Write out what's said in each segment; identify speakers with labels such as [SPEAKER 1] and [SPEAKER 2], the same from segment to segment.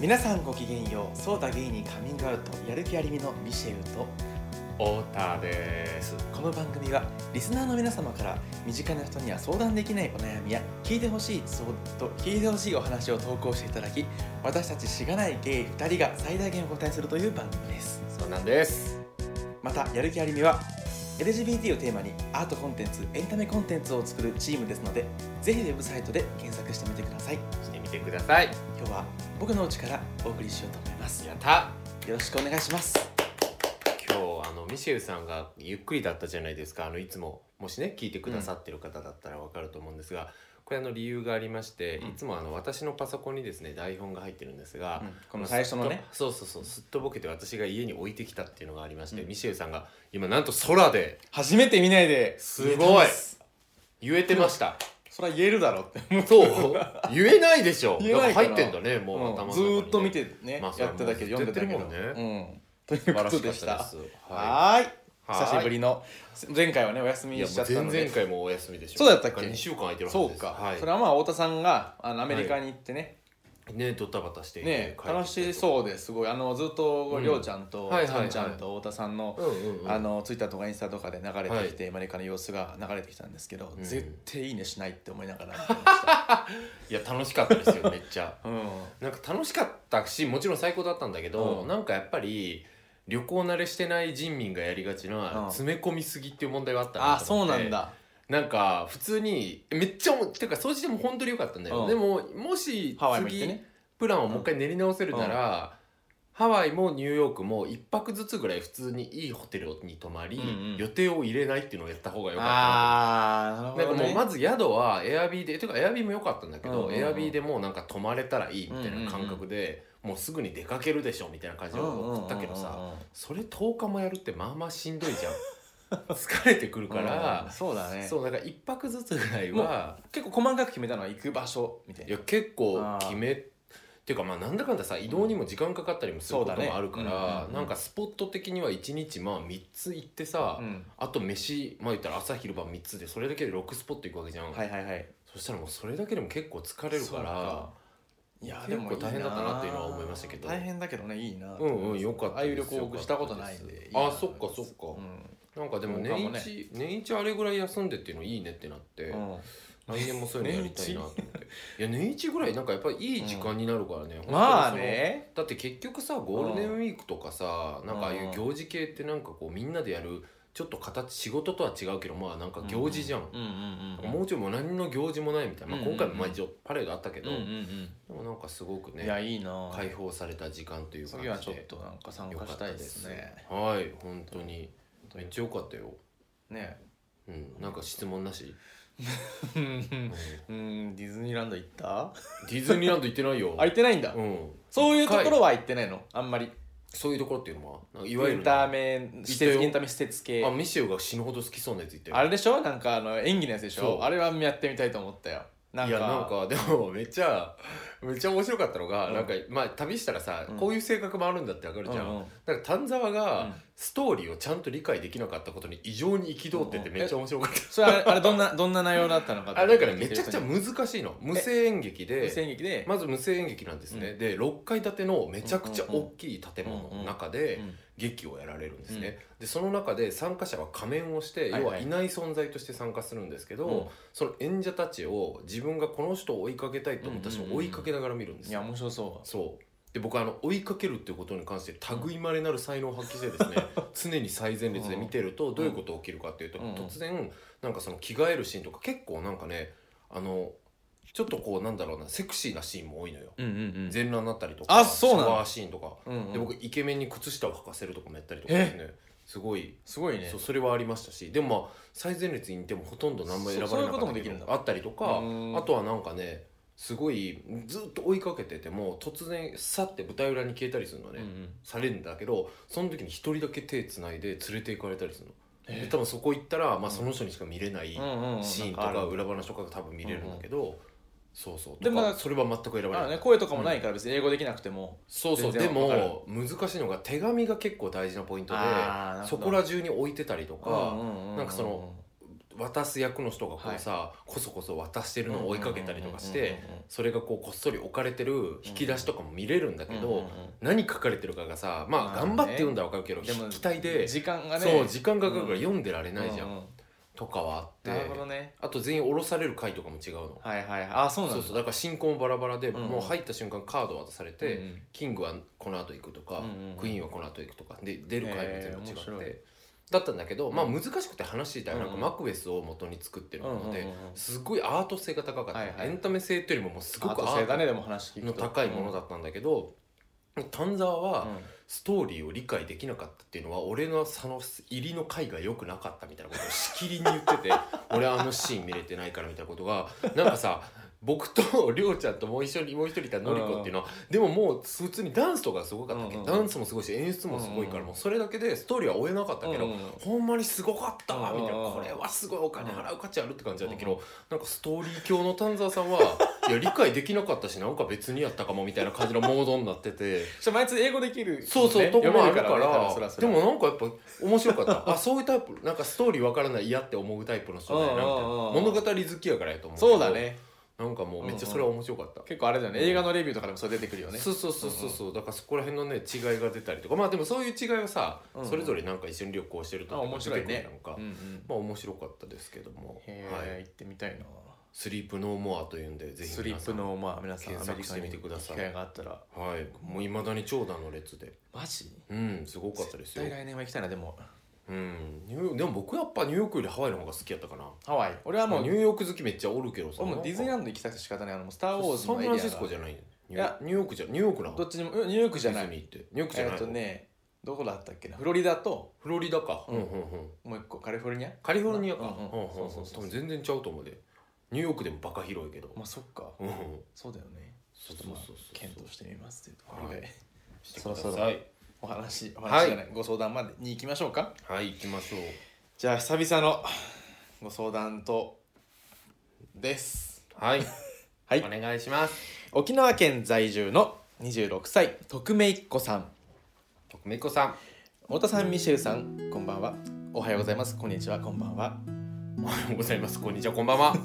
[SPEAKER 1] 皆さんごきげんようソーダゲイにカミングアウトやる気ありみのミシェウと
[SPEAKER 2] 太田です
[SPEAKER 1] この番組はリスナーの皆様から身近な人には相談できないお悩みや聞いてほしいそうと聞いてほしいお話を投稿していただき私たちしがないゲイ2人が最大限お答えするという番組です
[SPEAKER 2] そうなんです
[SPEAKER 1] またやる気ありみは LGBT をテーマにアートコンテンツエンタメコンテンツを作るチームですのでぜひウェブサイトで検索してみてください
[SPEAKER 2] してみてください
[SPEAKER 1] 今日は僕の家からお送りしようと思いますよ
[SPEAKER 2] やった
[SPEAKER 1] ろしくお願いします
[SPEAKER 2] 今日あのミシェルさんがゆっくりだったじゃないですかあのいつももしね聞いてくださってる方だったらわかると思うんですが、これあの理由がありまして、
[SPEAKER 1] うん
[SPEAKER 2] いつもあの私のパソコンにですね台本が入ってるんですが、
[SPEAKER 1] うんこの最初のね
[SPEAKER 2] すっとそうそうそうすっとぼけて私が家に置いてきたっていうのがありまして、ミシェルさんが今なんと空で
[SPEAKER 1] 初めて見ないです
[SPEAKER 2] ごい
[SPEAKER 1] 言えたんです
[SPEAKER 2] 言えてました、
[SPEAKER 1] それは言えるだろうって
[SPEAKER 2] そう言えないでしょ
[SPEAKER 1] 言えないか
[SPEAKER 2] だから
[SPEAKER 1] ら
[SPEAKER 2] 入ってんだねもう、
[SPEAKER 1] うん
[SPEAKER 2] 頭の
[SPEAKER 1] ず
[SPEAKER 2] 中にね
[SPEAKER 1] ーっと見てね、
[SPEAKER 2] まあそれ
[SPEAKER 1] や
[SPEAKER 2] は
[SPEAKER 1] っ
[SPEAKER 2] も
[SPEAKER 1] て
[SPEAKER 2] う
[SPEAKER 1] たけど読んでたけど、
[SPEAKER 2] ずっとやってるも
[SPEAKER 1] うん、と
[SPEAKER 2] 素晴
[SPEAKER 1] いうこ
[SPEAKER 2] ら
[SPEAKER 1] と
[SPEAKER 2] しか
[SPEAKER 1] で
[SPEAKER 2] っ
[SPEAKER 1] した
[SPEAKER 2] で
[SPEAKER 1] た
[SPEAKER 2] すは
[SPEAKER 1] は
[SPEAKER 2] は
[SPEAKER 1] ーい
[SPEAKER 2] い
[SPEAKER 1] 久しぶりの前回はねお休み
[SPEAKER 2] いいや
[SPEAKER 1] しちゃ
[SPEAKER 2] も
[SPEAKER 1] っ
[SPEAKER 2] う
[SPEAKER 1] た
[SPEAKER 2] 前
[SPEAKER 1] ので
[SPEAKER 2] 々回もお休みでしょ
[SPEAKER 1] そうだったっけ
[SPEAKER 2] 2週間空いてるはず
[SPEAKER 1] そう
[SPEAKER 2] です
[SPEAKER 1] か、
[SPEAKER 2] はい
[SPEAKER 1] それはまあ太田さんがあのアメリカに行ってね、
[SPEAKER 2] ねドタバタしていて
[SPEAKER 1] ね
[SPEAKER 2] 帰ってきて
[SPEAKER 1] 楽しそうですごいあのずっと
[SPEAKER 2] うん
[SPEAKER 1] りょうちゃんと、
[SPEAKER 2] はいはい
[SPEAKER 1] ちゃ
[SPEAKER 2] は
[SPEAKER 1] ん
[SPEAKER 2] い
[SPEAKER 1] ちゃんと太田さんの、
[SPEAKER 2] うんうんうん
[SPEAKER 1] あのツイッターとかインスタとかで流れてきて、アメリカの様子が流れてきたんですけど、
[SPEAKER 2] うん
[SPEAKER 1] 絶対いいねしないって思いながら、
[SPEAKER 2] いや楽しかったですよめっち ゃ
[SPEAKER 1] うん、
[SPEAKER 2] なんか楽しかったしもちろん最高だったんだけど、
[SPEAKER 1] うん
[SPEAKER 2] なんかやっぱり旅行慣れしてない人民がやりがち
[SPEAKER 1] うん
[SPEAKER 2] な詰め込みすぎっていう問題はあった
[SPEAKER 1] あ
[SPEAKER 2] と
[SPEAKER 1] そ
[SPEAKER 2] 思っ
[SPEAKER 1] う
[SPEAKER 2] て
[SPEAKER 1] なんだ
[SPEAKER 2] なんか普通にめっちゃおもてか掃除でも本当に良かったんだよ、
[SPEAKER 1] うん
[SPEAKER 2] でももし
[SPEAKER 1] ハワイも行って
[SPEAKER 2] 次
[SPEAKER 1] ね
[SPEAKER 2] プランをもう一回練り直せるなら、ハワイもニューヨークも一泊ずつぐらい普通にいいホテルに泊まり、
[SPEAKER 1] うんうん
[SPEAKER 2] 予定を入れないっていうのをやった方が良かったなと思って
[SPEAKER 1] ああなるほ
[SPEAKER 2] なんか
[SPEAKER 1] ど、ね、
[SPEAKER 2] もうまず宿はエアビーでてかエアビーも良かったんだけ
[SPEAKER 1] うん
[SPEAKER 2] ど、
[SPEAKER 1] うんうん
[SPEAKER 2] エアビーでもうなんか泊まれたらいいみたい
[SPEAKER 1] うんうんうん
[SPEAKER 2] な感覚で、もうすぐに出かけるでしょみたいな感じで送ったけどさ、
[SPEAKER 1] うんうんうんうん
[SPEAKER 2] それ10日もやるってまあまあしんどいじゃん疲れてくるか
[SPEAKER 1] うん
[SPEAKER 2] ら、
[SPEAKER 1] そうだね
[SPEAKER 2] そうなんか一泊ずつぐらいは
[SPEAKER 1] 結構細かく決めたのは行く場所みたい
[SPEAKER 2] い
[SPEAKER 1] な
[SPEAKER 2] や結構決めっていうかまあなんだかんださ移動にも時間かかったりもするこ
[SPEAKER 1] そう
[SPEAKER 2] と
[SPEAKER 1] だね
[SPEAKER 2] もあるか
[SPEAKER 1] うんうん
[SPEAKER 2] ら、
[SPEAKER 1] うん
[SPEAKER 2] なんかスポット的には1日まあ3つ行ってさ、
[SPEAKER 1] うん
[SPEAKER 2] あと飯まあ言ったら朝昼晩3つでそれだけで6スポット行くわけじゃん。
[SPEAKER 1] はいはいはい
[SPEAKER 2] そしたらもうそれだけでも結構疲れる
[SPEAKER 1] そ
[SPEAKER 2] か
[SPEAKER 1] う
[SPEAKER 2] ら
[SPEAKER 1] いや
[SPEAKER 2] 結構
[SPEAKER 1] でもいい
[SPEAKER 2] 大変だったなっていうのは思いましたけど
[SPEAKER 1] 大変だけどねいいなと
[SPEAKER 2] う
[SPEAKER 1] 思います
[SPEAKER 2] んうんよかった
[SPEAKER 1] ああいう
[SPEAKER 2] で
[SPEAKER 1] 旅
[SPEAKER 2] す
[SPEAKER 1] 行僕したことないんで
[SPEAKER 2] よか
[SPEAKER 1] いいな
[SPEAKER 2] ったです
[SPEAKER 1] と
[SPEAKER 2] あそっか
[SPEAKER 1] 思い
[SPEAKER 2] そっかな
[SPEAKER 1] ますう、
[SPEAKER 2] んかでも
[SPEAKER 1] そうかも
[SPEAKER 2] 年
[SPEAKER 1] ね
[SPEAKER 2] 一、年一あれぐらい休んでっていうのいいねってなって、
[SPEAKER 1] んうん
[SPEAKER 2] 来年もそういうのやりたいなと思っていや年一ぐらいなんかやっぱりいい時間になるからね、本当にその
[SPEAKER 1] まあね
[SPEAKER 2] だって結局さゴールデンウィークとかさ、なんかああいう行事系ってなんかこうみんなでやるちょっと形仕事とは違うけどまあなんか行事じゃん、
[SPEAKER 1] うんうんうん
[SPEAKER 2] もうちょいもう何の行事もないみたいな、まあ、今回もまあ
[SPEAKER 1] うんうんうん
[SPEAKER 2] 一応パレードあったけ
[SPEAKER 1] う
[SPEAKER 2] ど、
[SPEAKER 1] んうん
[SPEAKER 2] でもなんかすごく
[SPEAKER 1] うん
[SPEAKER 2] ね
[SPEAKER 1] いやいいな
[SPEAKER 2] 解放された時間という感
[SPEAKER 1] 次
[SPEAKER 2] じ
[SPEAKER 1] はちょっ
[SPEAKER 2] で
[SPEAKER 1] となんか参
[SPEAKER 2] 良
[SPEAKER 1] 加
[SPEAKER 2] か
[SPEAKER 1] し
[SPEAKER 2] ったた
[SPEAKER 1] いで
[SPEAKER 2] ですす
[SPEAKER 1] ね
[SPEAKER 2] ねはい本当にめっちゃ良かったよ
[SPEAKER 1] ね
[SPEAKER 2] うんなんか質問なし、
[SPEAKER 1] うん
[SPEAKER 2] うん
[SPEAKER 1] うんディズニーランド行った
[SPEAKER 2] ディズニーランド行ってないよ
[SPEAKER 1] あ行ってないんだ
[SPEAKER 2] うん
[SPEAKER 1] そういうところ
[SPEAKER 2] は
[SPEAKER 1] は行ってないのあんまり
[SPEAKER 2] そういうところっていうのはなんかい
[SPEAKER 1] い
[SPEAKER 2] わゆ
[SPEAKER 1] エ
[SPEAKER 2] る
[SPEAKER 1] ンタメ
[SPEAKER 2] 行っ
[SPEAKER 1] 施
[SPEAKER 2] た
[SPEAKER 1] 設
[SPEAKER 2] よ
[SPEAKER 1] エンタメ施設系
[SPEAKER 2] あミシェルが死ぬほど好きそうなやつ言って
[SPEAKER 1] あれでしょなんかあの演技のやつでし
[SPEAKER 2] そう
[SPEAKER 1] ょあれはやってみたいと思ったよなん
[SPEAKER 2] い
[SPEAKER 1] か
[SPEAKER 2] やなんかでもめっちゃめっちゃ面白かったのが、
[SPEAKER 1] うん
[SPEAKER 2] なんかまあ旅したらさ、
[SPEAKER 1] うん
[SPEAKER 2] こういう性格もあるんだってわかるじゃん、なんか丹沢
[SPEAKER 1] うん
[SPEAKER 2] がストーリーをちゃんと理解できなかったことに異常に憤っててめっちゃ面白かった、
[SPEAKER 1] それあれあれどんなどんな内容だったのか
[SPEAKER 2] あなんかねめちゃくちゃ難しいの無声演劇
[SPEAKER 1] 無
[SPEAKER 2] で
[SPEAKER 1] 線劇で、
[SPEAKER 2] まず無声演劇なんですね、で6階建てのめちゃくちゃ大きい建物の中で
[SPEAKER 1] うん
[SPEAKER 2] 劇をやられるんですね、でその中で参加者は仮面をして、
[SPEAKER 1] はい
[SPEAKER 2] 要
[SPEAKER 1] は
[SPEAKER 2] はいいない存在として参加するんですけど、
[SPEAKER 1] うん
[SPEAKER 2] その演者たちを自分がこの人を追いかけたいと思った人
[SPEAKER 1] うんう
[SPEAKER 2] を
[SPEAKER 1] ん
[SPEAKER 2] 追いかけながら見るんです
[SPEAKER 1] い
[SPEAKER 2] よ、
[SPEAKER 1] や面白そ
[SPEAKER 2] そうで僕はあの追いかけるっていうことに関して類まれなる才能を発揮してですね 常に最前列で見てるとどういうことが起きるかっていうと、
[SPEAKER 1] うん
[SPEAKER 2] 突然なんかその着替えるシーンとか結構なんかねあのちょっとこうなんだろうなセクシーなシーンも多いのよ
[SPEAKER 1] ううんうん
[SPEAKER 2] 全裸になったりとか
[SPEAKER 1] あそうなの
[SPEAKER 2] シャワーシーンとか、
[SPEAKER 1] うんうん
[SPEAKER 2] で僕イケメンに靴下を履かせるとかもやったりとかですねすごい
[SPEAKER 1] すごいね
[SPEAKER 2] そうそれはありましたしでもまあ最前列にいてもほとんど何も選ばれなかった
[SPEAKER 1] そうそういうこともできるんだ
[SPEAKER 2] あったりとか
[SPEAKER 1] うん
[SPEAKER 2] あとはなんかねすごいずっと追いかけてても突然さって舞台裏に消えたりするのね、
[SPEAKER 1] うんうん
[SPEAKER 2] されるんだけどその時に一人だけ手つないで連れて行かれたりするの、
[SPEAKER 1] え
[SPEAKER 2] で多分そこ行ったら、まあ、その人にしか見れない
[SPEAKER 1] うんうんうん
[SPEAKER 2] シーンと
[SPEAKER 1] なん
[SPEAKER 2] か
[SPEAKER 1] ある
[SPEAKER 2] 裏話とかが多分見れるんだけど、そうそう
[SPEAKER 1] で
[SPEAKER 2] で
[SPEAKER 1] も
[SPEAKER 2] もそれは全く選ばれ
[SPEAKER 1] あ
[SPEAKER 2] な
[SPEAKER 1] の
[SPEAKER 2] い、
[SPEAKER 1] ね声とかもないから別に英語できなくても、
[SPEAKER 2] そうそう
[SPEAKER 1] 全
[SPEAKER 2] で
[SPEAKER 1] 然わかる
[SPEAKER 2] も難しいのが手紙が結構大事なポイントで
[SPEAKER 1] あーなるほ
[SPEAKER 2] そ
[SPEAKER 1] ど
[SPEAKER 2] こら中に置いてたりとか、
[SPEAKER 1] うんうんうんうん
[SPEAKER 2] なんかその渡す役の人がこうさ、こそこそ渡してるのを追いかけたりとかしてそれがこうこっそり置かれてる引き出しとかも見れるんだ
[SPEAKER 1] う
[SPEAKER 2] け
[SPEAKER 1] んうんう
[SPEAKER 2] ど、
[SPEAKER 1] んうんうんうん
[SPEAKER 2] 何書かれてるかがさまあ
[SPEAKER 1] まあね
[SPEAKER 2] 頑張って読んだらわかるけど、
[SPEAKER 1] でも
[SPEAKER 2] 筆記体で、
[SPEAKER 1] 時間がね
[SPEAKER 2] そう時間がかかるから
[SPEAKER 1] うん
[SPEAKER 2] 読んでられないじゃん、
[SPEAKER 1] うう
[SPEAKER 2] とかはあって、
[SPEAKER 1] なるほどね
[SPEAKER 2] あと全員降ろされる回とかも違うの、
[SPEAKER 1] はいはいはいあそうなん
[SPEAKER 2] そう
[SPEAKER 1] だ
[SPEAKER 2] そうだから進行もバラバラで、
[SPEAKER 1] んうん
[SPEAKER 2] もう入った瞬間カード渡されて、
[SPEAKER 1] うん
[SPEAKER 2] キングはこの後行くとか、
[SPEAKER 1] うんうんうん
[SPEAKER 2] クイーンはこの後行くとかで出る回も全部違
[SPEAKER 1] へー
[SPEAKER 2] っ
[SPEAKER 1] 面白
[SPEAKER 2] て、
[SPEAKER 1] い
[SPEAKER 2] だったんだけど、まあ難しくて話自体はなんか
[SPEAKER 1] うん
[SPEAKER 2] マクベスを元に作ってる
[SPEAKER 1] うんうんうん
[SPEAKER 2] ので、
[SPEAKER 1] うん
[SPEAKER 2] すごいアート性が高かった、
[SPEAKER 1] はいはい
[SPEAKER 2] エンタメ性というよりももうすご
[SPEAKER 1] あ
[SPEAKER 2] くア
[SPEAKER 1] と性だね
[SPEAKER 2] ー
[SPEAKER 1] でも話聞
[SPEAKER 2] ト
[SPEAKER 1] く
[SPEAKER 2] の
[SPEAKER 1] と
[SPEAKER 2] 高いものだったんだけど、丹沢は、
[SPEAKER 1] うん
[SPEAKER 2] ストーリーを理解できなかったっていうのは俺のその入りの回が良くなかったみたいなことをしきりに言ってて 俺あのシーン見れてないからみたいなことがなんかさ僕とりょうちゃんともう一緒にもう一人いたのりこっていうのはでももう普通にダンスとかすごかったっけ
[SPEAKER 1] うんうんうん
[SPEAKER 2] ダンスもすごいし演出もすごいか
[SPEAKER 1] う
[SPEAKER 2] ら
[SPEAKER 1] ん
[SPEAKER 2] もうそれだけでストーリーは追えなかったけど、
[SPEAKER 1] うんうんうん
[SPEAKER 2] ほんまにすごかったわみたいな
[SPEAKER 1] うんうんうん
[SPEAKER 2] これはすごいお金払う価値あるって感じなんだけ
[SPEAKER 1] う
[SPEAKER 2] どなんかストーリー教の丹沢さんはいや理解できなかったしなんか別にやったかもみたいな感じのモードになってて。
[SPEAKER 1] ちょ毎日英語できる
[SPEAKER 2] そうそう、
[SPEAKER 1] ね
[SPEAKER 2] とこもある
[SPEAKER 1] 読
[SPEAKER 2] か
[SPEAKER 1] め
[SPEAKER 2] ら
[SPEAKER 1] ね多分そらそ
[SPEAKER 2] で
[SPEAKER 1] ら
[SPEAKER 2] もなんかやっぱ面白かった あそういうタイプなんかストーリーわからない嫌って思うタイプの人だよなみたい
[SPEAKER 1] うんうんうんうん
[SPEAKER 2] な物語好きやからやと思うけど
[SPEAKER 1] そうだね
[SPEAKER 2] なんかもうめっちゃそれは面白かった、
[SPEAKER 1] 結構あれだよね映画のレビューとかでもそれ出てくるよね
[SPEAKER 2] そうそうそうそうそうだからそこら辺のね違いが出たりとかまあでもそういう違いはさ、
[SPEAKER 1] うんうん
[SPEAKER 2] それぞれなんか一緒に旅行してると
[SPEAKER 1] あ面白い
[SPEAKER 2] 出て
[SPEAKER 1] ね
[SPEAKER 2] くるなんか、
[SPEAKER 1] うんうん
[SPEAKER 2] まあ面白かったですけども、
[SPEAKER 1] へ
[SPEAKER 2] は
[SPEAKER 1] え
[SPEAKER 2] い、
[SPEAKER 1] 行ってみたいな
[SPEAKER 2] スリープノーモアというんでぜひ
[SPEAKER 1] スリ
[SPEAKER 2] 皆
[SPEAKER 1] ッ
[SPEAKER 2] さ
[SPEAKER 1] プ
[SPEAKER 2] ん
[SPEAKER 1] のまあ皆さんア
[SPEAKER 2] 検索
[SPEAKER 1] メリ
[SPEAKER 2] し
[SPEAKER 1] カ
[SPEAKER 2] て
[SPEAKER 1] に
[SPEAKER 2] みて
[SPEAKER 1] 行
[SPEAKER 2] く
[SPEAKER 1] く
[SPEAKER 2] だ
[SPEAKER 1] 機
[SPEAKER 2] さい
[SPEAKER 1] 会があったら
[SPEAKER 2] はいもういまだに長蛇の列で
[SPEAKER 1] マジ
[SPEAKER 2] うんすごかったですよ
[SPEAKER 1] 絶対来年は行きたいなでも
[SPEAKER 2] うんニューヨークでも僕やっぱニューヨークよりハワイの方が好きやったかな
[SPEAKER 1] ハワイ俺はもう
[SPEAKER 2] ニューヨーク好きめっちゃおるけどさ
[SPEAKER 1] 俺もディズニーランド行きたくて仕方ないあのスター・ウォーズ
[SPEAKER 2] サン
[SPEAKER 1] の
[SPEAKER 2] フ
[SPEAKER 1] エリ
[SPEAKER 2] ラ
[SPEAKER 1] ア
[SPEAKER 2] ン
[SPEAKER 1] が
[SPEAKER 2] シスコじゃないニュ
[SPEAKER 1] いや
[SPEAKER 2] ニューヨークじゃニューヨークな
[SPEAKER 1] どっちにもうんニューヨークじゃな
[SPEAKER 2] ディズ
[SPEAKER 1] い
[SPEAKER 2] ニーってニューヨークじゃ
[SPEAKER 1] え
[SPEAKER 2] な
[SPEAKER 1] っ
[SPEAKER 2] い
[SPEAKER 1] とねどこだったっけなフロリダと
[SPEAKER 2] フロリダか、
[SPEAKER 1] うん
[SPEAKER 2] うんうんうん
[SPEAKER 1] もう一個カリフォルニア
[SPEAKER 2] カリフォルニアか、
[SPEAKER 1] うんうんそうそうそ
[SPEAKER 2] 多
[SPEAKER 1] う
[SPEAKER 2] 分全然ちゃうと思うでニューヨークでもバカ広いけど、
[SPEAKER 1] まあそっか
[SPEAKER 2] うんうん
[SPEAKER 1] そうだよねち
[SPEAKER 2] そう
[SPEAKER 1] ょっ
[SPEAKER 2] そ
[SPEAKER 1] と
[SPEAKER 2] う
[SPEAKER 1] まあ
[SPEAKER 2] そうそう
[SPEAKER 1] 検討してみますというところで、
[SPEAKER 2] はしてく
[SPEAKER 1] そ
[SPEAKER 2] だ
[SPEAKER 1] ろ
[SPEAKER 2] さ
[SPEAKER 1] そ
[SPEAKER 2] い
[SPEAKER 1] ろお話お話じゃない、ご相談までに行きましょうか
[SPEAKER 2] はい行きましょう
[SPEAKER 1] じゃあ久々のご相談とです
[SPEAKER 2] はい、
[SPEAKER 1] はい
[SPEAKER 2] お願いします
[SPEAKER 1] 沖縄県在住の26歳匿名っ子さん
[SPEAKER 2] 徳美子さん
[SPEAKER 1] 太田さんミシェルさんこんばんはおはようございますこんにちはこんばんは
[SPEAKER 2] おはようございますこんにちはこんばんは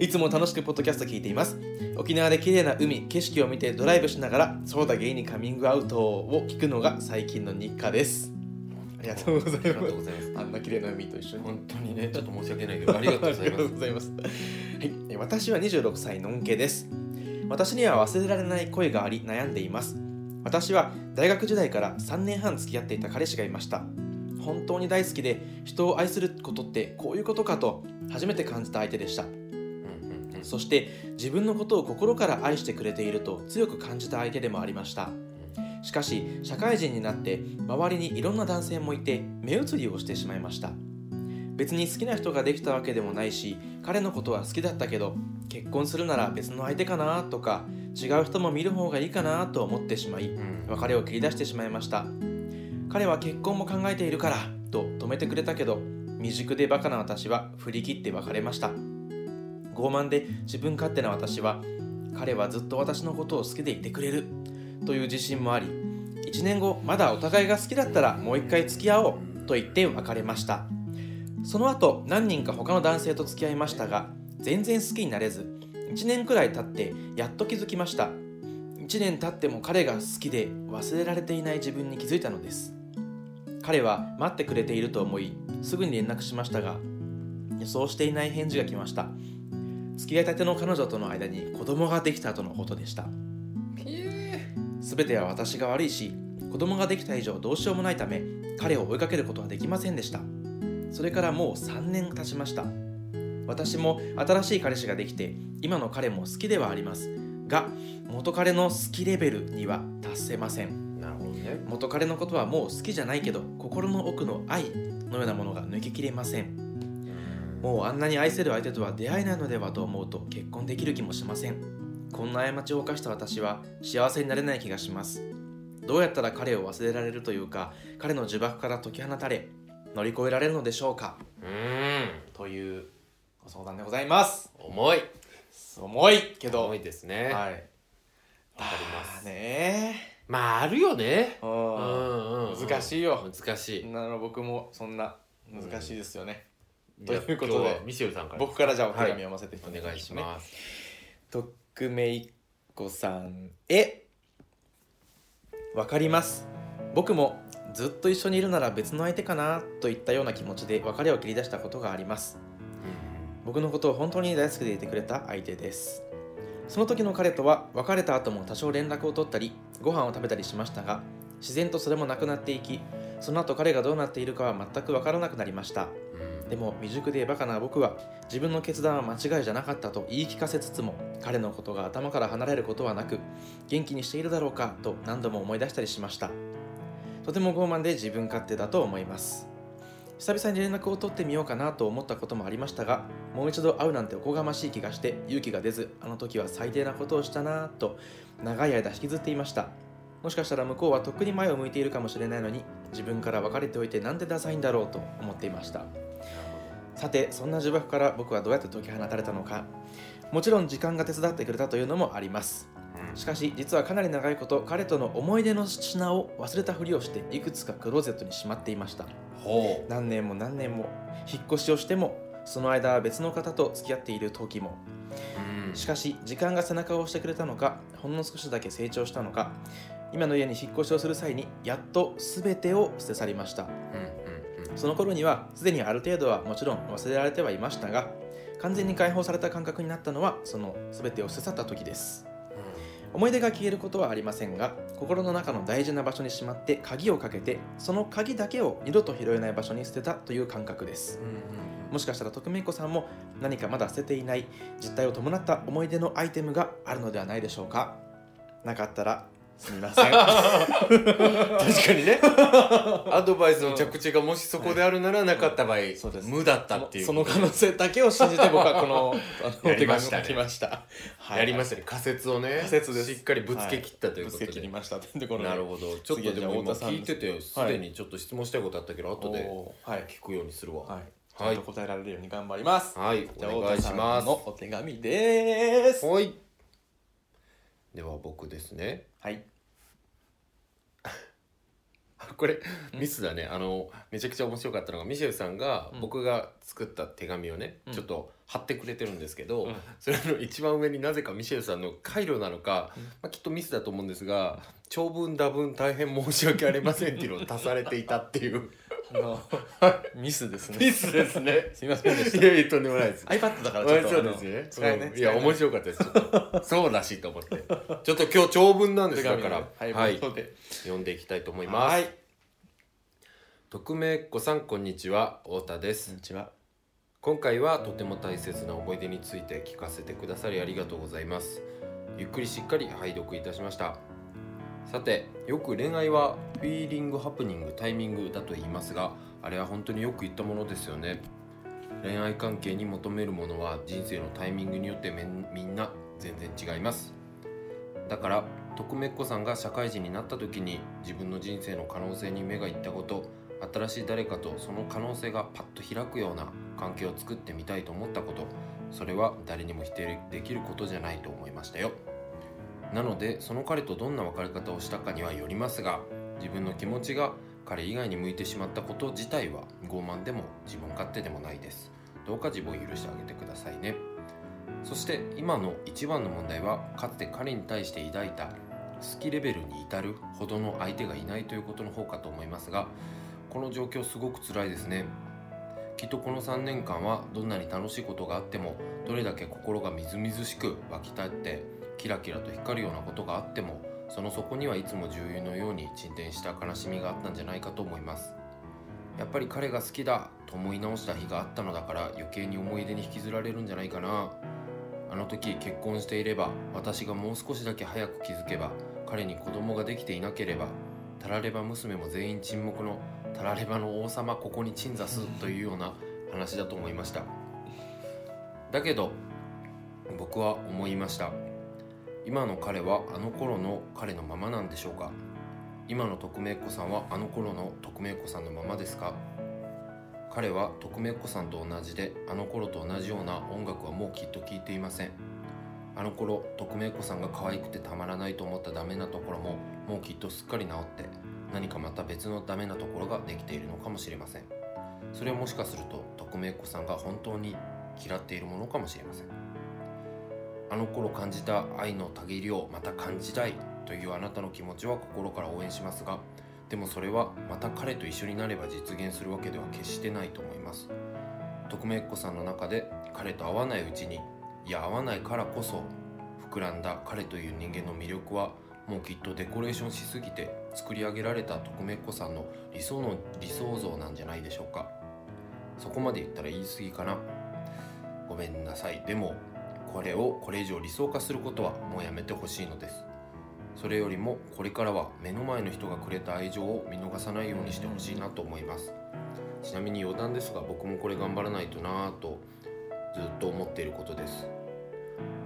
[SPEAKER 1] いつも楽しくポッドキャスト聞いています沖縄で綺麗な海景色を見てドライブしながらそうだゲイにカミングアウトを聞くのが最近の日課ですありがとうございま
[SPEAKER 2] あ
[SPEAKER 1] す
[SPEAKER 2] りがとうございます
[SPEAKER 1] あんな綺麗な海と一緒に
[SPEAKER 2] 本当にねちょっと申し訳ないけどありがとうございます
[SPEAKER 1] ざいます。はい、え私は26歳のんけです。私には忘れられない恋があり悩んでいます。私は大学時代から3年半付き合っていた彼氏がいました。本当に大好きで人を愛することってこういうことかと初めて感じた相手でした。
[SPEAKER 2] うんうんうん
[SPEAKER 1] そして自分のことを心から愛してくれていると強く感じた相手でもありました。しかし社会人になって周りにいろんな男性もいて目移りをしてしまいました別に好きな人ができたわけでもないし彼のことは好きだったけど結婚するなら別の相手かなとか違う人も見る方がいいかなと思ってしまい
[SPEAKER 2] うん
[SPEAKER 1] 別れを切り出してしまいました彼は結婚も考えているからと止めてくれたけど未熟でバカな私は振り切って別れました傲慢で自分勝手な私は彼はずっと私のことを好きでいてくれるという自信もあり1年後まだお互いが好きだったらもう一回付き合おうと言って別れましたその後何人か他の男性と付き合いましたが全然好きになれず1年くらい経ってやっと気づきました1年経っても彼が好きで忘れられていない自分に気づいたのです彼は待ってくれていると思いすぐに連絡しましたが予想していない返事が来ました付き合いたての彼女との間に子供ができたとのことでした全ては私が悪いし子供ができた以上どうしようもないため彼を追いかけることはできませんでしたそれからもう3年経ちました私も新しい彼氏ができて今の彼も好きではありますが元彼の好きレベルには達せません
[SPEAKER 2] なるほどね
[SPEAKER 1] 元彼のことはもう好きじゃないけど心の奥の愛のようなものが抜けきれませんもうあんなに愛せる相手とは出会えないのではと思うと結婚できる気もしませんこんな過ちを犯した私は幸せになれない気がしますどうやったら彼を忘れられるというか彼の呪縛から解き放たれ乗り越えられるのでしょうか
[SPEAKER 2] うーん
[SPEAKER 1] というご相談でございます
[SPEAKER 2] 重い
[SPEAKER 1] 重いけど
[SPEAKER 2] 重いですねわか
[SPEAKER 1] はい
[SPEAKER 2] りま
[SPEAKER 1] あ
[SPEAKER 2] す
[SPEAKER 1] ーね
[SPEAKER 2] まああるよね
[SPEAKER 1] ー
[SPEAKER 2] うん
[SPEAKER 1] うん
[SPEAKER 2] うんうん
[SPEAKER 1] 難しいよ
[SPEAKER 2] 難しい
[SPEAKER 1] なの僕もそんな難しいですよね、という
[SPEAKER 2] じゃあ
[SPEAKER 1] ことで
[SPEAKER 2] 今日はミシェルさんから
[SPEAKER 1] 僕からじゃあお手紙を読ませていただ
[SPEAKER 2] お願いし
[SPEAKER 1] すね
[SPEAKER 2] ます
[SPEAKER 1] 匿名っ子さんへわかります僕もずっと一緒にいるなら別の相手かなといったような気持ちで別れを切り出したことがあります僕のことを本当に大好きでいてくれた相手ですその時の彼とは別れた後も多少連絡を取ったりご飯を食べたりしましたが自然とそれもなくなっていきその後彼がどうなっているかは全く分からなくなりました
[SPEAKER 2] うんうん
[SPEAKER 1] でも未熟でバカな僕は自分の決断は間違いじゃなかったと言い聞かせつつも彼のことが頭から離れることはなく元気にしているだろうかと何度も思い出したりしましたとても傲慢で自分勝手だと思います久々に連絡を取ってみようかなと思ったこともありましたがもう一度会うなんておこがましい気がして勇気が出ずあの時は最低なことをしたなぁと長い間引きずっていましたもしかしたら向こうはとっくに前を向いているかもしれないのに自分から別れておいてなんてダサいんだろうと思っていましたさてそんな呪縛から僕はどうやって解き放たれたのかもちろん時間が手伝ってくれたというのもありますしかし実はかなり長いこと彼との思い出の品を忘れたふりをしていくつかクローゼットにしまっていました
[SPEAKER 2] ほ
[SPEAKER 1] 何年も何年も引っ越しをしてもその間は別の方と付き合っている時も
[SPEAKER 2] ううん
[SPEAKER 1] しかし時間が背中を押してくれたのかほんの少しだけ成長したのか今の家に引っ越しをする際にやっと全てを捨て去りました
[SPEAKER 2] うんうんうん
[SPEAKER 1] その頃にはすでにある程度はもちろん忘れられてはいましたが完全に解放された感覚になったのはその全てを捨て去った時です思い出が消えることはありませんが心の中の大事な場所にしまって鍵をかけてその鍵だけを二度と拾えない場所に捨てたという感覚です
[SPEAKER 2] うんうん
[SPEAKER 1] もしかしたら徳明子さんも何かまだ捨てていない実態を伴った思い出のアイテムがあるのではないでしょうかなかったらすみません
[SPEAKER 2] 確かに ねアドバイスの着地がもしそこであるならなかった場合、
[SPEAKER 1] そうです
[SPEAKER 2] 無だったっていう
[SPEAKER 1] その可能性だけを信じて僕は このあの
[SPEAKER 2] やりましたね
[SPEAKER 1] お手紙を書きました、はい
[SPEAKER 2] やりましたね仮説をね
[SPEAKER 1] 仮説です
[SPEAKER 2] しっかりぶつけ切ったという
[SPEAKER 1] ぶ
[SPEAKER 2] こと
[SPEAKER 1] つけ
[SPEAKER 2] で、
[SPEAKER 1] 切りましたというところで
[SPEAKER 2] なるほどちょっと
[SPEAKER 1] 次はじ
[SPEAKER 2] で
[SPEAKER 1] ゃあ
[SPEAKER 2] も今
[SPEAKER 1] 太田さん
[SPEAKER 2] 聞いててすでにちょっと質問したいことあったけど、後で
[SPEAKER 1] おーはい
[SPEAKER 2] 聞くようにするわ
[SPEAKER 1] はいち
[SPEAKER 2] は
[SPEAKER 1] ゃ
[SPEAKER 2] い
[SPEAKER 1] んと答えられるように頑張ります、
[SPEAKER 2] はい、
[SPEAKER 1] じゃあ
[SPEAKER 2] お願
[SPEAKER 1] 太
[SPEAKER 2] い
[SPEAKER 1] 田
[SPEAKER 2] し
[SPEAKER 1] さん
[SPEAKER 2] ます
[SPEAKER 1] のお手紙です
[SPEAKER 2] はいでは僕ですね
[SPEAKER 1] はい
[SPEAKER 2] これミスだねあのめちゃくちゃ面白かったのがミシェルさんが
[SPEAKER 1] うん
[SPEAKER 2] 僕が作った手紙をね、
[SPEAKER 1] うん
[SPEAKER 2] ちょっと貼ってくれてるんですけど、
[SPEAKER 1] うん
[SPEAKER 2] それの一番上になぜかミシェルさんの回路なのか、
[SPEAKER 1] うん
[SPEAKER 2] まあ、きっとミスだと思うんですが長文打文大変申し訳ありませんっていうのを足されていたっていう
[SPEAKER 1] あのミスですね
[SPEAKER 2] ミスですね
[SPEAKER 1] すみませんでし
[SPEAKER 2] いやいやとんでもないです
[SPEAKER 1] た iPad だからちょっと
[SPEAKER 2] そうですよ
[SPEAKER 1] あ
[SPEAKER 2] ね
[SPEAKER 1] の。使えない、
[SPEAKER 2] うんいや、面
[SPEAKER 1] い
[SPEAKER 2] 白かったです。ちょっ とそうらしいと思って。ちょっと今日長文なんですだから、
[SPEAKER 1] はい、
[SPEAKER 2] は
[SPEAKER 1] はい、
[SPEAKER 2] い、
[SPEAKER 1] ということで
[SPEAKER 2] 読んでいきたいと思います。
[SPEAKER 1] はい
[SPEAKER 2] 匿名っ子さん、こんにちは、太田で
[SPEAKER 1] こ
[SPEAKER 2] す
[SPEAKER 1] ん。にちは
[SPEAKER 2] 今回はとても大切な思い出について聞かせてくださりありがとうございますゆっくりしっかり拝読いたしましたさてよく恋愛はフィーリングハプニングタイミングだと言いますがあれは本当によく言ったものですよね恋愛関係に求めるものは人生のタイミングによってめんみんな全然違いますだから徳めっ子さんが社会人になった時に自分の人生の可能性に目がいったこと新しい誰かとその可能性がパッと開くような関係を作ってみたいと思ったことそれは誰にも否定できることじゃないと思いましたよなのでその彼とどんな別れ方をしたかにはよりますが自分の気持ちが彼以外に向いてしまったこと自体は傲慢でも自分勝手でもないですどうか自分を許してあげてくださいねそして今の一番の問題はかつて彼に対して抱いた好きレベルに至るほどの相手がいないということの方かと思いますがこの状況すごく辛いですねきっとこの3年間はどんなに楽しいことがあってもどれだけ心がみずみずしく湧き立ってキラキラと光るようなことがあってもその底にはいつも重油のように沈殿した悲しみがあったんじゃないかと思いますやっぱり彼が好きだと思い直した日があったのだから余計に思い出に引きずられるんじゃないかなあの時結婚していれば私がもう少しだけ早く気づけば彼に子供ができていなければタラレバ娘も全員沈黙のタラレバの王様ここに鎮座すというような話だと思いましただけど僕は思いました今の彼はあの頃の彼のままなんでしょうか今の匿名子さんはあの頃の匿名子さんのままですか彼は匿名子さんと同じであの頃と同じような音楽はもうきっと聴いていませんあの頃匿名子さんが可愛くてたまらないと思ったダメなところももうきっとすっかり治って何かまた別のダメなところができているのかもしれませんそれはもしかすると匿名っ子さんが本当に嫌っているものかもしれませんあの頃感じた愛のたぎりをまた感じたいというあなたの気持ちは心から応援しますがでもそれはまた彼と一緒になれば実現するわけでは決してないと思います匿名っ子さんの中で彼と会わないうちにいや会わないからこそ膨らんだ彼という人間の魅力はもうきっとデコレーションしすぎて作り上げられた特命っ子さんの理想の理想像なんじゃないでしょうかそこまで言ったら言い過ぎかなごめんなさいでもこれをこれ以上理想化することはもうやめてほしいのですそれよりもこれからは目の前の人がくれた愛情を見逃さないようにしてほしいなと思いますちなみに余談ですが僕もこれ頑張らないとなぁとずっと思っていることです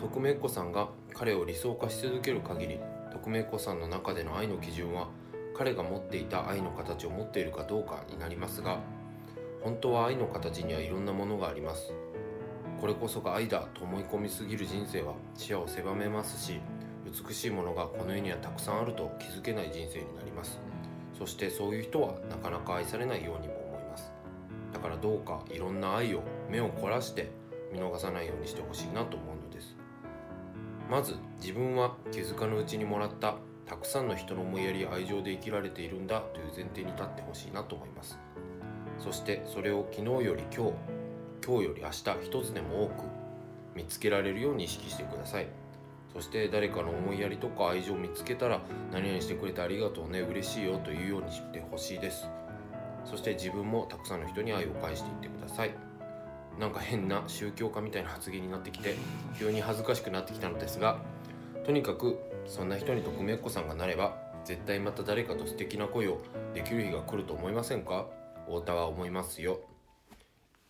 [SPEAKER 2] 特命っ子さんが彼を理想化し続ける限り匿名子さんの中での愛の基準は彼が持っていた愛の形を持っているかどうかになりますが本当は愛の形にはいろんなものがありますこれこそが愛だと思い込みすぎる人生は視野を狭めますし美しいものがこの世にはたくさんあると気づけない人生になりますそしてそういう人はなかなか愛されないようにも思いますだからどうかいろんな愛を目を凝らして見逃さないようにしてほしいなと思うのですまず自分は気づかぬうちにもらったたくさんの人の思いやりや愛情で生きられているんだという前提に立ってほしいなと思いますそしてそれを昨日より今日今日より明日一つでも多く見つけられるように意識してくださいそして誰かの思いやりとか愛情を見つけたら何々してくれてありがとうね嬉しいよというようにしてほしいですそして自分もたくさんの人に愛を返していってくださいなんか変な宗教家みたいな発言になってきて急に恥ずかしくなってきたのですがとにかくそんな人に匿名っ子さんがなれば絶対また誰かと素敵な恋をできる日が来ると思いませんか太田は思いますよ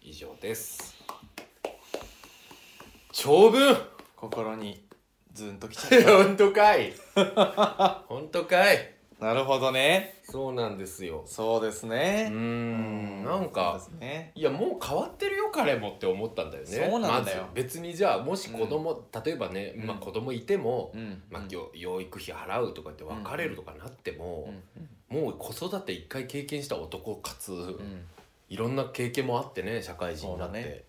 [SPEAKER 2] 以上です長文
[SPEAKER 1] 心にズンときちゃっ
[SPEAKER 2] 本当かい 本当かい
[SPEAKER 1] たなるほどね
[SPEAKER 2] そうなんですよ
[SPEAKER 1] そうです
[SPEAKER 2] うー
[SPEAKER 1] ね
[SPEAKER 2] んなんか
[SPEAKER 1] そうですね
[SPEAKER 2] いやもう変わってるよ彼もって思ったんだよね
[SPEAKER 1] そうなんだよ
[SPEAKER 2] まず別にじゃあもし子供、例えばね、
[SPEAKER 1] うん
[SPEAKER 2] まあ、子供いても、
[SPEAKER 1] うん
[SPEAKER 2] まあ、教養育費払うとかって別れるとかなって
[SPEAKER 1] う
[SPEAKER 2] も、
[SPEAKER 1] ん
[SPEAKER 2] もう子育て一回経験した男かつ、
[SPEAKER 1] うん
[SPEAKER 2] いろんな経験もあってね社会人になっ
[SPEAKER 1] そうだ
[SPEAKER 2] て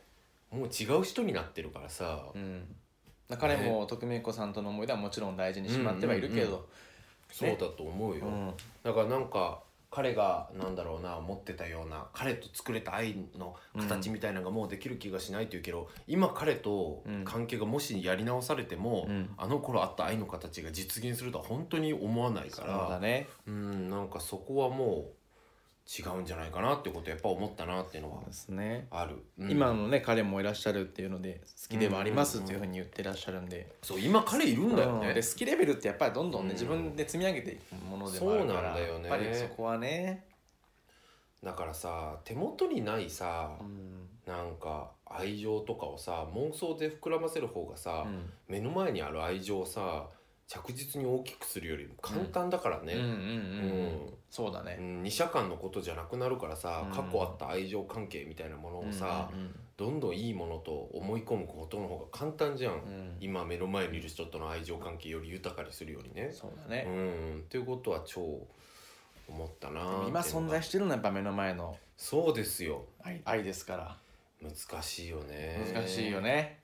[SPEAKER 1] ね、
[SPEAKER 2] もう違う人になってるからさ、
[SPEAKER 1] うんだから彼も徳明子さんとの思い出はもちろん大事にしまってはいるけど
[SPEAKER 2] そうだと思うよ、
[SPEAKER 1] うん
[SPEAKER 2] だからなんか彼がなんだろうな持ってたような彼と作れた愛の形みたいなのがもうできる気がしないというけど、今彼と関係がもしやり直されても、
[SPEAKER 1] うん
[SPEAKER 2] あの頃あった愛の形が実現するとは本当に思わない
[SPEAKER 1] そ
[SPEAKER 2] か
[SPEAKER 1] う
[SPEAKER 2] ら
[SPEAKER 1] だね
[SPEAKER 2] うんなんかそこはもう違うんじゃないかなってことやっぱ思ったなっていうのは
[SPEAKER 1] そうですね
[SPEAKER 2] ある、うん
[SPEAKER 1] 今のね彼もいらっしゃるっていうので好きではありますっていうふうに言ってらっしゃるんで
[SPEAKER 2] そう今彼いるんだよ
[SPEAKER 1] う
[SPEAKER 2] ね
[SPEAKER 1] んで好きレベルってやっぱりどんどん
[SPEAKER 2] うん
[SPEAKER 1] ね自分で積み上げていくものでもあるから
[SPEAKER 2] そうなんだよね
[SPEAKER 1] やっぱりそこはね
[SPEAKER 2] だからさ手元にないさ
[SPEAKER 1] うん
[SPEAKER 2] なんか愛情とかをさ妄想で膨らませる方がさ、
[SPEAKER 1] うん
[SPEAKER 2] 目の前にある愛情をさ着実に大きくするよりも簡単だから
[SPEAKER 1] うん
[SPEAKER 2] ね、
[SPEAKER 1] うんうん
[SPEAKER 2] うん
[SPEAKER 1] そうだ
[SPEAKER 2] う
[SPEAKER 1] ね
[SPEAKER 2] ん二者間のことじゃなくなるからさ、
[SPEAKER 1] うん
[SPEAKER 2] 過去あった愛情関係みたいなものをさ、
[SPEAKER 1] うん
[SPEAKER 2] どんどんいいものと思い込むことの方が簡単じゃん、
[SPEAKER 1] うんうん
[SPEAKER 2] 今目の前にいる人との愛情関係より豊かにするようにね。
[SPEAKER 1] そうだ
[SPEAKER 2] う
[SPEAKER 1] ね
[SPEAKER 2] んっていうことは超思ったなー
[SPEAKER 1] 今
[SPEAKER 2] っていう
[SPEAKER 1] 存
[SPEAKER 2] のが
[SPEAKER 1] 在してるのはやっぱ目の前の
[SPEAKER 2] そうですよ
[SPEAKER 1] 愛愛ですから
[SPEAKER 2] 難しいよね
[SPEAKER 1] 難しいよね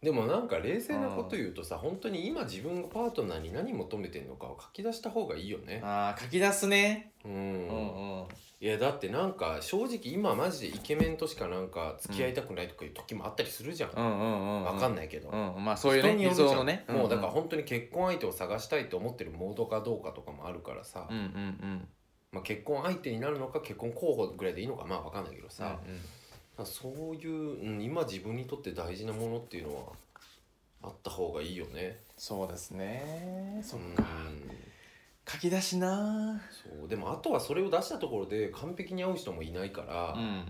[SPEAKER 2] でもなんか冷静なこと言うとさ、本当に今自分がパートナーに何求めてるのかを書き出した方がいいよね
[SPEAKER 1] あー書き出すね
[SPEAKER 2] う
[SPEAKER 1] うん
[SPEAKER 2] ん
[SPEAKER 1] うん
[SPEAKER 2] いやだってなんか正直今マジでイケメンとしかなんか付き合いたくないとかいう時もあったりするじゃん、
[SPEAKER 1] うんうんうん
[SPEAKER 2] わかんないけど、
[SPEAKER 1] うんまあそういう
[SPEAKER 2] 人
[SPEAKER 1] ね
[SPEAKER 2] による
[SPEAKER 1] 理
[SPEAKER 2] じゃん
[SPEAKER 1] 想のね
[SPEAKER 2] もうだから
[SPEAKER 1] ん
[SPEAKER 2] 本当に結婚相手を探したいと思ってるモードかどうかとかもあるからさ、
[SPEAKER 1] うんうん
[SPEAKER 2] まあ、結婚相手になるのか結婚候補ぐらいでいいのかまあわかんないけどさ、だか
[SPEAKER 1] うんうん
[SPEAKER 2] らそういう、うん、今自分にとって大事なものっていうのはあった方がいいよね
[SPEAKER 1] そうですねそっ
[SPEAKER 2] うん
[SPEAKER 1] か書き出しな
[SPEAKER 2] そうでもあとはそれを出したところで完璧に合う人もいないから、
[SPEAKER 1] うん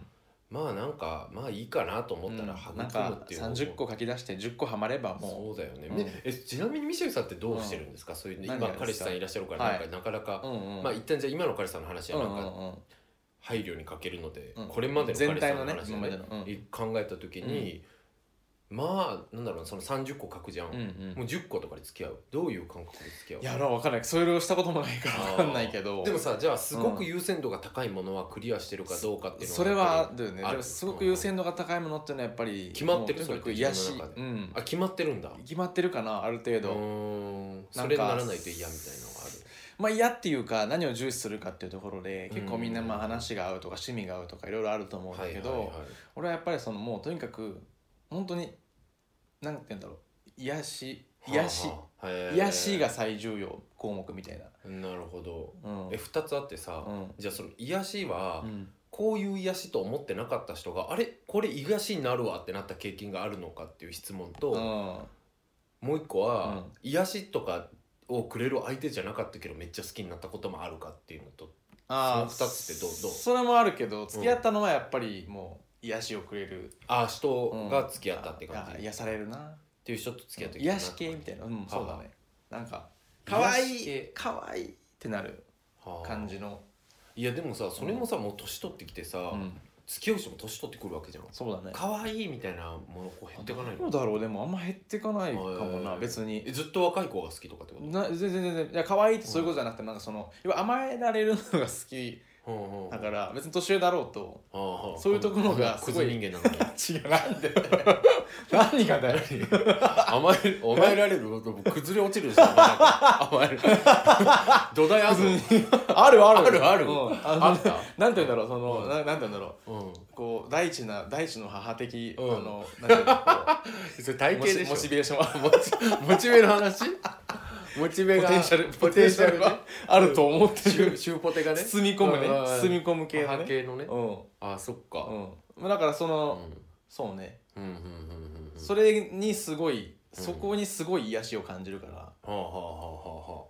[SPEAKER 2] まあなんかまあいいかなと思ったら
[SPEAKER 1] う
[SPEAKER 2] 育
[SPEAKER 1] んなん
[SPEAKER 2] む
[SPEAKER 1] か
[SPEAKER 2] っていうのも
[SPEAKER 1] 30個書き出して10個はまればも
[SPEAKER 2] そうだよね、
[SPEAKER 1] うん
[SPEAKER 2] ねえちなみにミシェルさんってどうしてるんですか、そういうね
[SPEAKER 1] 何
[SPEAKER 2] 今
[SPEAKER 1] がですか
[SPEAKER 2] 彼氏さんいらっしゃるからなんか、
[SPEAKER 1] はい
[SPEAKER 2] なかなか
[SPEAKER 1] う、、うんうん
[SPEAKER 2] まあ一旦じゃあ今の彼氏さんの話はなん
[SPEAKER 1] うん
[SPEAKER 2] か
[SPEAKER 1] うんうん
[SPEAKER 2] 配慮に欠けるので、
[SPEAKER 1] うん
[SPEAKER 2] これまでの彼氏
[SPEAKER 1] 全
[SPEAKER 2] さ
[SPEAKER 1] 体
[SPEAKER 2] んの
[SPEAKER 1] のね
[SPEAKER 2] 話を
[SPEAKER 1] 今までのうん
[SPEAKER 2] い考えた時に、まあなんだろうなその30個書くじゃん、
[SPEAKER 1] うんうん
[SPEAKER 2] もう10個とかで付き合うどういう感覚で付き合う
[SPEAKER 1] いや俺は分かんないそれをしたこともないから
[SPEAKER 2] あー
[SPEAKER 1] 分かんないけど
[SPEAKER 2] でもさじゃあすごく優先度が高いものはクリアしてるかどうかっていうの
[SPEAKER 1] それはあるよね
[SPEAKER 2] ある
[SPEAKER 1] でもすごく優先度が高いものっていうのはやっぱり
[SPEAKER 2] 決まってる
[SPEAKER 1] もうとにか
[SPEAKER 2] それっ
[SPEAKER 1] く
[SPEAKER 2] て
[SPEAKER 1] 癒し
[SPEAKER 2] 自分の中で
[SPEAKER 1] うん
[SPEAKER 2] あ決まってるんだ
[SPEAKER 1] 決まってるかなある程
[SPEAKER 2] う
[SPEAKER 1] 度、
[SPEAKER 2] ーん
[SPEAKER 1] な
[SPEAKER 2] そ
[SPEAKER 1] んか
[SPEAKER 2] れにならないと嫌みたいなのがある
[SPEAKER 1] まあ嫌っていうか何を重視するかっていうところで結構みんなまあ
[SPEAKER 2] うん
[SPEAKER 1] 話が合うとか趣味が合うとかいろいろあると思うんだけど、
[SPEAKER 2] はいはい
[SPEAKER 1] 俺はやっぱりそのもうとにかく本当に何て言うんだろう癒し
[SPEAKER 2] はい
[SPEAKER 1] 癒し、
[SPEAKER 2] はあはあへえ
[SPEAKER 1] 癒しが最重要項目みたいな。
[SPEAKER 2] なるほど
[SPEAKER 1] うん
[SPEAKER 2] え2つあってさ、
[SPEAKER 1] うん
[SPEAKER 2] じゃあその癒しは、
[SPEAKER 1] うん
[SPEAKER 2] こういう癒しと思ってなかった人があれこれ癒しになるわってなった経験があるのかっていう質問と、
[SPEAKER 1] うん
[SPEAKER 2] もう一個は、
[SPEAKER 1] うん
[SPEAKER 2] 癒しとかをくれる相手じゃなかったけどめっちゃ好きになったこともあるかっていうのと
[SPEAKER 1] ああ
[SPEAKER 2] その二つってどうどう
[SPEAKER 1] それもあるけど付き合ったのはやっぱりもう癒しをくれる、
[SPEAKER 2] ああ人が付き合ったって感じ、
[SPEAKER 1] あ
[SPEAKER 2] っ
[SPEAKER 1] 癒されるな
[SPEAKER 2] ていう人と付き合った時か
[SPEAKER 1] 癒し系みたいな、うん、そうだねなんか
[SPEAKER 2] 癒
[SPEAKER 1] かわ
[SPEAKER 2] し
[SPEAKER 1] いい
[SPEAKER 2] 系
[SPEAKER 1] かわいいってなる
[SPEAKER 2] はあ
[SPEAKER 1] 感じの、
[SPEAKER 2] いやでもさそれもさ、もう年取ってきてさ、
[SPEAKER 1] うん、
[SPEAKER 2] 付き合う人も年取ってくるわけじゃん
[SPEAKER 1] そうだね
[SPEAKER 2] 可愛いみたいなものこう減っていかない
[SPEAKER 1] どう
[SPEAKER 2] の
[SPEAKER 1] だろうでもあんま減ってかないかもな
[SPEAKER 2] へー
[SPEAKER 1] 別に
[SPEAKER 2] えずっと若い子が好きとかってこ
[SPEAKER 1] な全然全然いや可愛いってそういうことじゃなくてなんかその要は甘えられるのが好き
[SPEAKER 2] と、うんうん
[SPEAKER 1] だから別に年上だろうと
[SPEAKER 2] あああ
[SPEAKER 1] そういうところがすごい
[SPEAKER 2] クズ人間なのに
[SPEAKER 1] 違うなんで 何がだよ
[SPEAKER 2] 甘える甘えられる僕崩れ落ちるでしょ甘える土台ある
[SPEAKER 1] あるある
[SPEAKER 2] あるある
[SPEAKER 1] うん
[SPEAKER 2] あ
[SPEAKER 1] あ
[SPEAKER 2] っ
[SPEAKER 1] の
[SPEAKER 2] た
[SPEAKER 1] なんて言うんだろうその、
[SPEAKER 2] うん
[SPEAKER 1] ななんて言うんだろう
[SPEAKER 2] うん
[SPEAKER 1] こう大地な大地の母的、
[SPEAKER 2] うん
[SPEAKER 1] あのなんていうのこ
[SPEAKER 2] それ
[SPEAKER 1] う
[SPEAKER 2] 体
[SPEAKER 1] モ
[SPEAKER 2] 型
[SPEAKER 1] チ
[SPEAKER 2] でしょ
[SPEAKER 1] モチベーションは
[SPEAKER 2] モチモチベの話モチベ
[SPEAKER 1] ポ
[SPEAKER 2] が
[SPEAKER 1] テンシャルポ
[SPEAKER 2] ポ
[SPEAKER 1] テ
[SPEAKER 2] テ
[SPEAKER 1] ン
[SPEAKER 2] ン
[SPEAKER 1] シ
[SPEAKER 2] シ
[SPEAKER 1] ャ
[SPEAKER 2] ャ
[SPEAKER 1] ル
[SPEAKER 2] ル
[SPEAKER 1] が
[SPEAKER 2] が
[SPEAKER 1] あると思って
[SPEAKER 2] シュ
[SPEAKER 1] る
[SPEAKER 2] シューポテがね
[SPEAKER 1] 包み込むね
[SPEAKER 2] うんうんうん
[SPEAKER 1] 包み込む系の
[SPEAKER 2] 母
[SPEAKER 1] ね
[SPEAKER 2] 系のね
[SPEAKER 1] う
[SPEAKER 2] あそっか
[SPEAKER 1] んうんまあだからそ
[SPEAKER 2] うん
[SPEAKER 1] の、そうね
[SPEAKER 2] うんうんうんうん
[SPEAKER 1] それにすごい
[SPEAKER 2] うん
[SPEAKER 1] そこにすごい癒しを感じるから、
[SPEAKER 2] はあはあはあはあはあ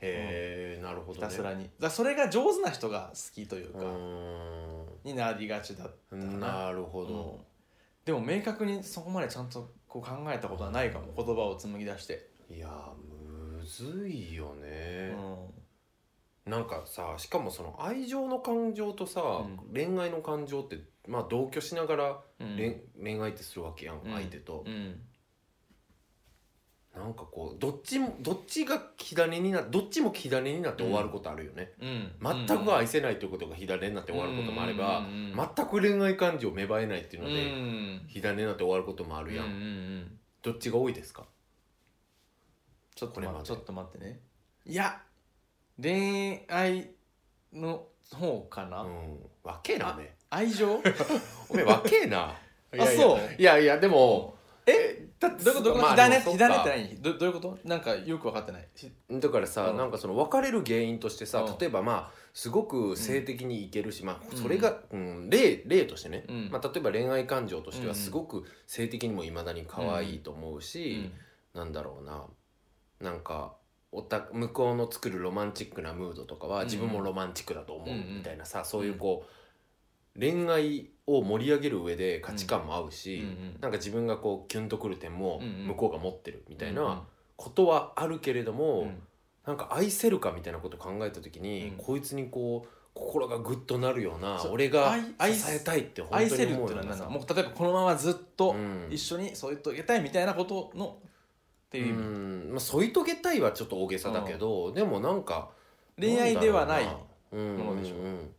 [SPEAKER 2] へえなるほ
[SPEAKER 1] ひ
[SPEAKER 2] どね
[SPEAKER 1] たすらにだからそれが上手な人が好きという
[SPEAKER 2] う
[SPEAKER 1] か、になりがちだった
[SPEAKER 2] ー
[SPEAKER 1] か
[SPEAKER 2] ん
[SPEAKER 1] な
[SPEAKER 2] なるほ
[SPEAKER 1] うん
[SPEAKER 2] ど
[SPEAKER 1] でも明確にそこまでちゃんとこう考えたことはないかも言葉を紡ぎ出して、
[SPEAKER 2] いやーむずいよ
[SPEAKER 1] う
[SPEAKER 2] ね
[SPEAKER 1] ん
[SPEAKER 2] なんかさしかもその愛情の感情とさ
[SPEAKER 1] う
[SPEAKER 2] 恋愛の感情ってまあ同居しながら
[SPEAKER 1] うん
[SPEAKER 2] 恋恋愛ってするわけやん
[SPEAKER 1] うん
[SPEAKER 2] 相手と
[SPEAKER 1] うん
[SPEAKER 2] なんかこうどっちもどっちが火種になどっちも火種になって終わることあるよね、
[SPEAKER 1] うん、
[SPEAKER 2] 全く愛せないということが火種になって終わることもあれば、
[SPEAKER 1] うんうんうん
[SPEAKER 2] 全く恋愛感情芽生えないっていう
[SPEAKER 1] う
[SPEAKER 2] の
[SPEAKER 1] ん
[SPEAKER 2] で、火種になって終わることもあるやん、
[SPEAKER 1] うんうんうん
[SPEAKER 2] どっちが多いですか
[SPEAKER 1] ちょっと
[SPEAKER 2] これま
[SPEAKER 1] 待っ
[SPEAKER 2] で
[SPEAKER 1] てちょっと待ってねいや恋愛の方かな、
[SPEAKER 2] うんわけえなおめえ
[SPEAKER 1] 愛情
[SPEAKER 2] おめえわけえ な
[SPEAKER 1] あ
[SPEAKER 2] いやいや
[SPEAKER 1] そう
[SPEAKER 2] いやいやでも
[SPEAKER 1] え
[SPEAKER 2] だっ
[SPEAKER 1] どういうこと、
[SPEAKER 2] まあ
[SPEAKER 1] 火種
[SPEAKER 2] でもそ
[SPEAKER 1] 火
[SPEAKER 2] っか
[SPEAKER 1] 種って何どどういうことなんかよく分かってないひ
[SPEAKER 2] だからさ、
[SPEAKER 1] うん
[SPEAKER 2] なんかその別れる原因としてさ、
[SPEAKER 1] うん
[SPEAKER 2] 例えばまあすごく性的にいけるし、ま
[SPEAKER 1] う
[SPEAKER 2] あ
[SPEAKER 1] ん
[SPEAKER 2] それが、うん、例例としてね、
[SPEAKER 1] うん
[SPEAKER 2] まあ、例えば恋愛感情として
[SPEAKER 1] う
[SPEAKER 2] は
[SPEAKER 1] ん
[SPEAKER 2] すごく性的にもいまだに可愛いと思うし、なんだろうななんかおた向こうの作るロマンチックなムードとか
[SPEAKER 1] う
[SPEAKER 2] は
[SPEAKER 1] ん
[SPEAKER 2] 自分もロマンチックだと思う
[SPEAKER 1] うん
[SPEAKER 2] みたいなさ、そういうこう恋愛を盛り上げる上で価値観も合うし、
[SPEAKER 1] うんうん
[SPEAKER 2] なんか自分がこうキュンとくる点も
[SPEAKER 1] うんうん
[SPEAKER 2] 向こうが持ってるみ
[SPEAKER 1] み
[SPEAKER 2] たいな。ことはあるけれども、
[SPEAKER 1] うん
[SPEAKER 2] なんか愛せるかみたいなことを考えた時に、
[SPEAKER 1] うん
[SPEAKER 2] こいつにこう心がグッとなるような
[SPEAKER 1] そう
[SPEAKER 2] 俺が
[SPEAKER 1] 愛愛
[SPEAKER 2] 支えたいって本
[SPEAKER 1] 愛
[SPEAKER 2] 当
[SPEAKER 1] せ
[SPEAKER 2] に
[SPEAKER 1] るってい
[SPEAKER 2] 思
[SPEAKER 1] う
[SPEAKER 2] うよ
[SPEAKER 1] のは
[SPEAKER 2] うな
[SPEAKER 1] 何
[SPEAKER 2] さ
[SPEAKER 1] だもう例えばこのままずっと
[SPEAKER 2] うん
[SPEAKER 1] 一緒にそう言ってあげたいみたいなことのっていう意味、
[SPEAKER 2] うんまあ、添い遂げたいはちょっと大げさだけど、でもなんか
[SPEAKER 1] 恋愛ではない
[SPEAKER 2] んだろうな
[SPEAKER 1] ものでしょ
[SPEAKER 2] うんうん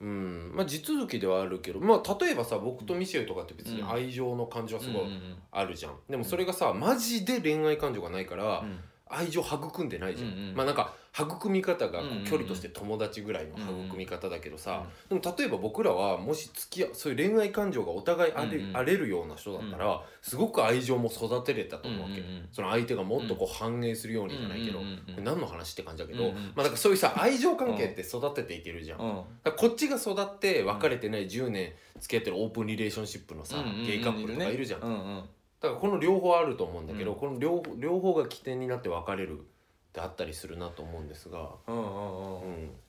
[SPEAKER 2] うんまあ、地続きではあるけど、まあ、例えばさ僕とミシェルとかって別に愛情の感情はすご
[SPEAKER 1] うんう
[SPEAKER 2] い
[SPEAKER 1] ん
[SPEAKER 2] あるじゃん、でもそれがさマジで恋愛感情がないから、
[SPEAKER 1] うん
[SPEAKER 2] 愛情育んでないじゃん、
[SPEAKER 1] うんうん
[SPEAKER 2] まあなんか育み方がこ
[SPEAKER 1] うんうんうん
[SPEAKER 2] う距離として友達ぐらいの育み方だけどさ、でも例えば僕らはもし付き合うそういう恋愛感情がお互いあれ,、
[SPEAKER 1] うんうん
[SPEAKER 2] あれるような人だったらすごく愛情も育てれたと思うわけ、
[SPEAKER 1] うんうんうん
[SPEAKER 2] その相手がもっとこう反映するようにじゃないけど、
[SPEAKER 1] うんうんうんうん
[SPEAKER 2] これ何の話って感じだけど、
[SPEAKER 1] うんうん
[SPEAKER 2] まあだからそういうさ愛情関係って育てていけるじゃん。
[SPEAKER 1] うんうん
[SPEAKER 2] だからこっちが育って別れてない10年付き合ってるオープンリレーションシップのさ、
[SPEAKER 1] うんうんうん
[SPEAKER 2] ゲイカップルとかいるじゃん、
[SPEAKER 1] うんうん
[SPEAKER 2] だからこの両方あると思うんだけど、
[SPEAKER 1] うん
[SPEAKER 2] この両方両方が起点になって分かれるってあったりするなと思うんですが、
[SPEAKER 1] うんうんうん
[SPEAKER 2] うん、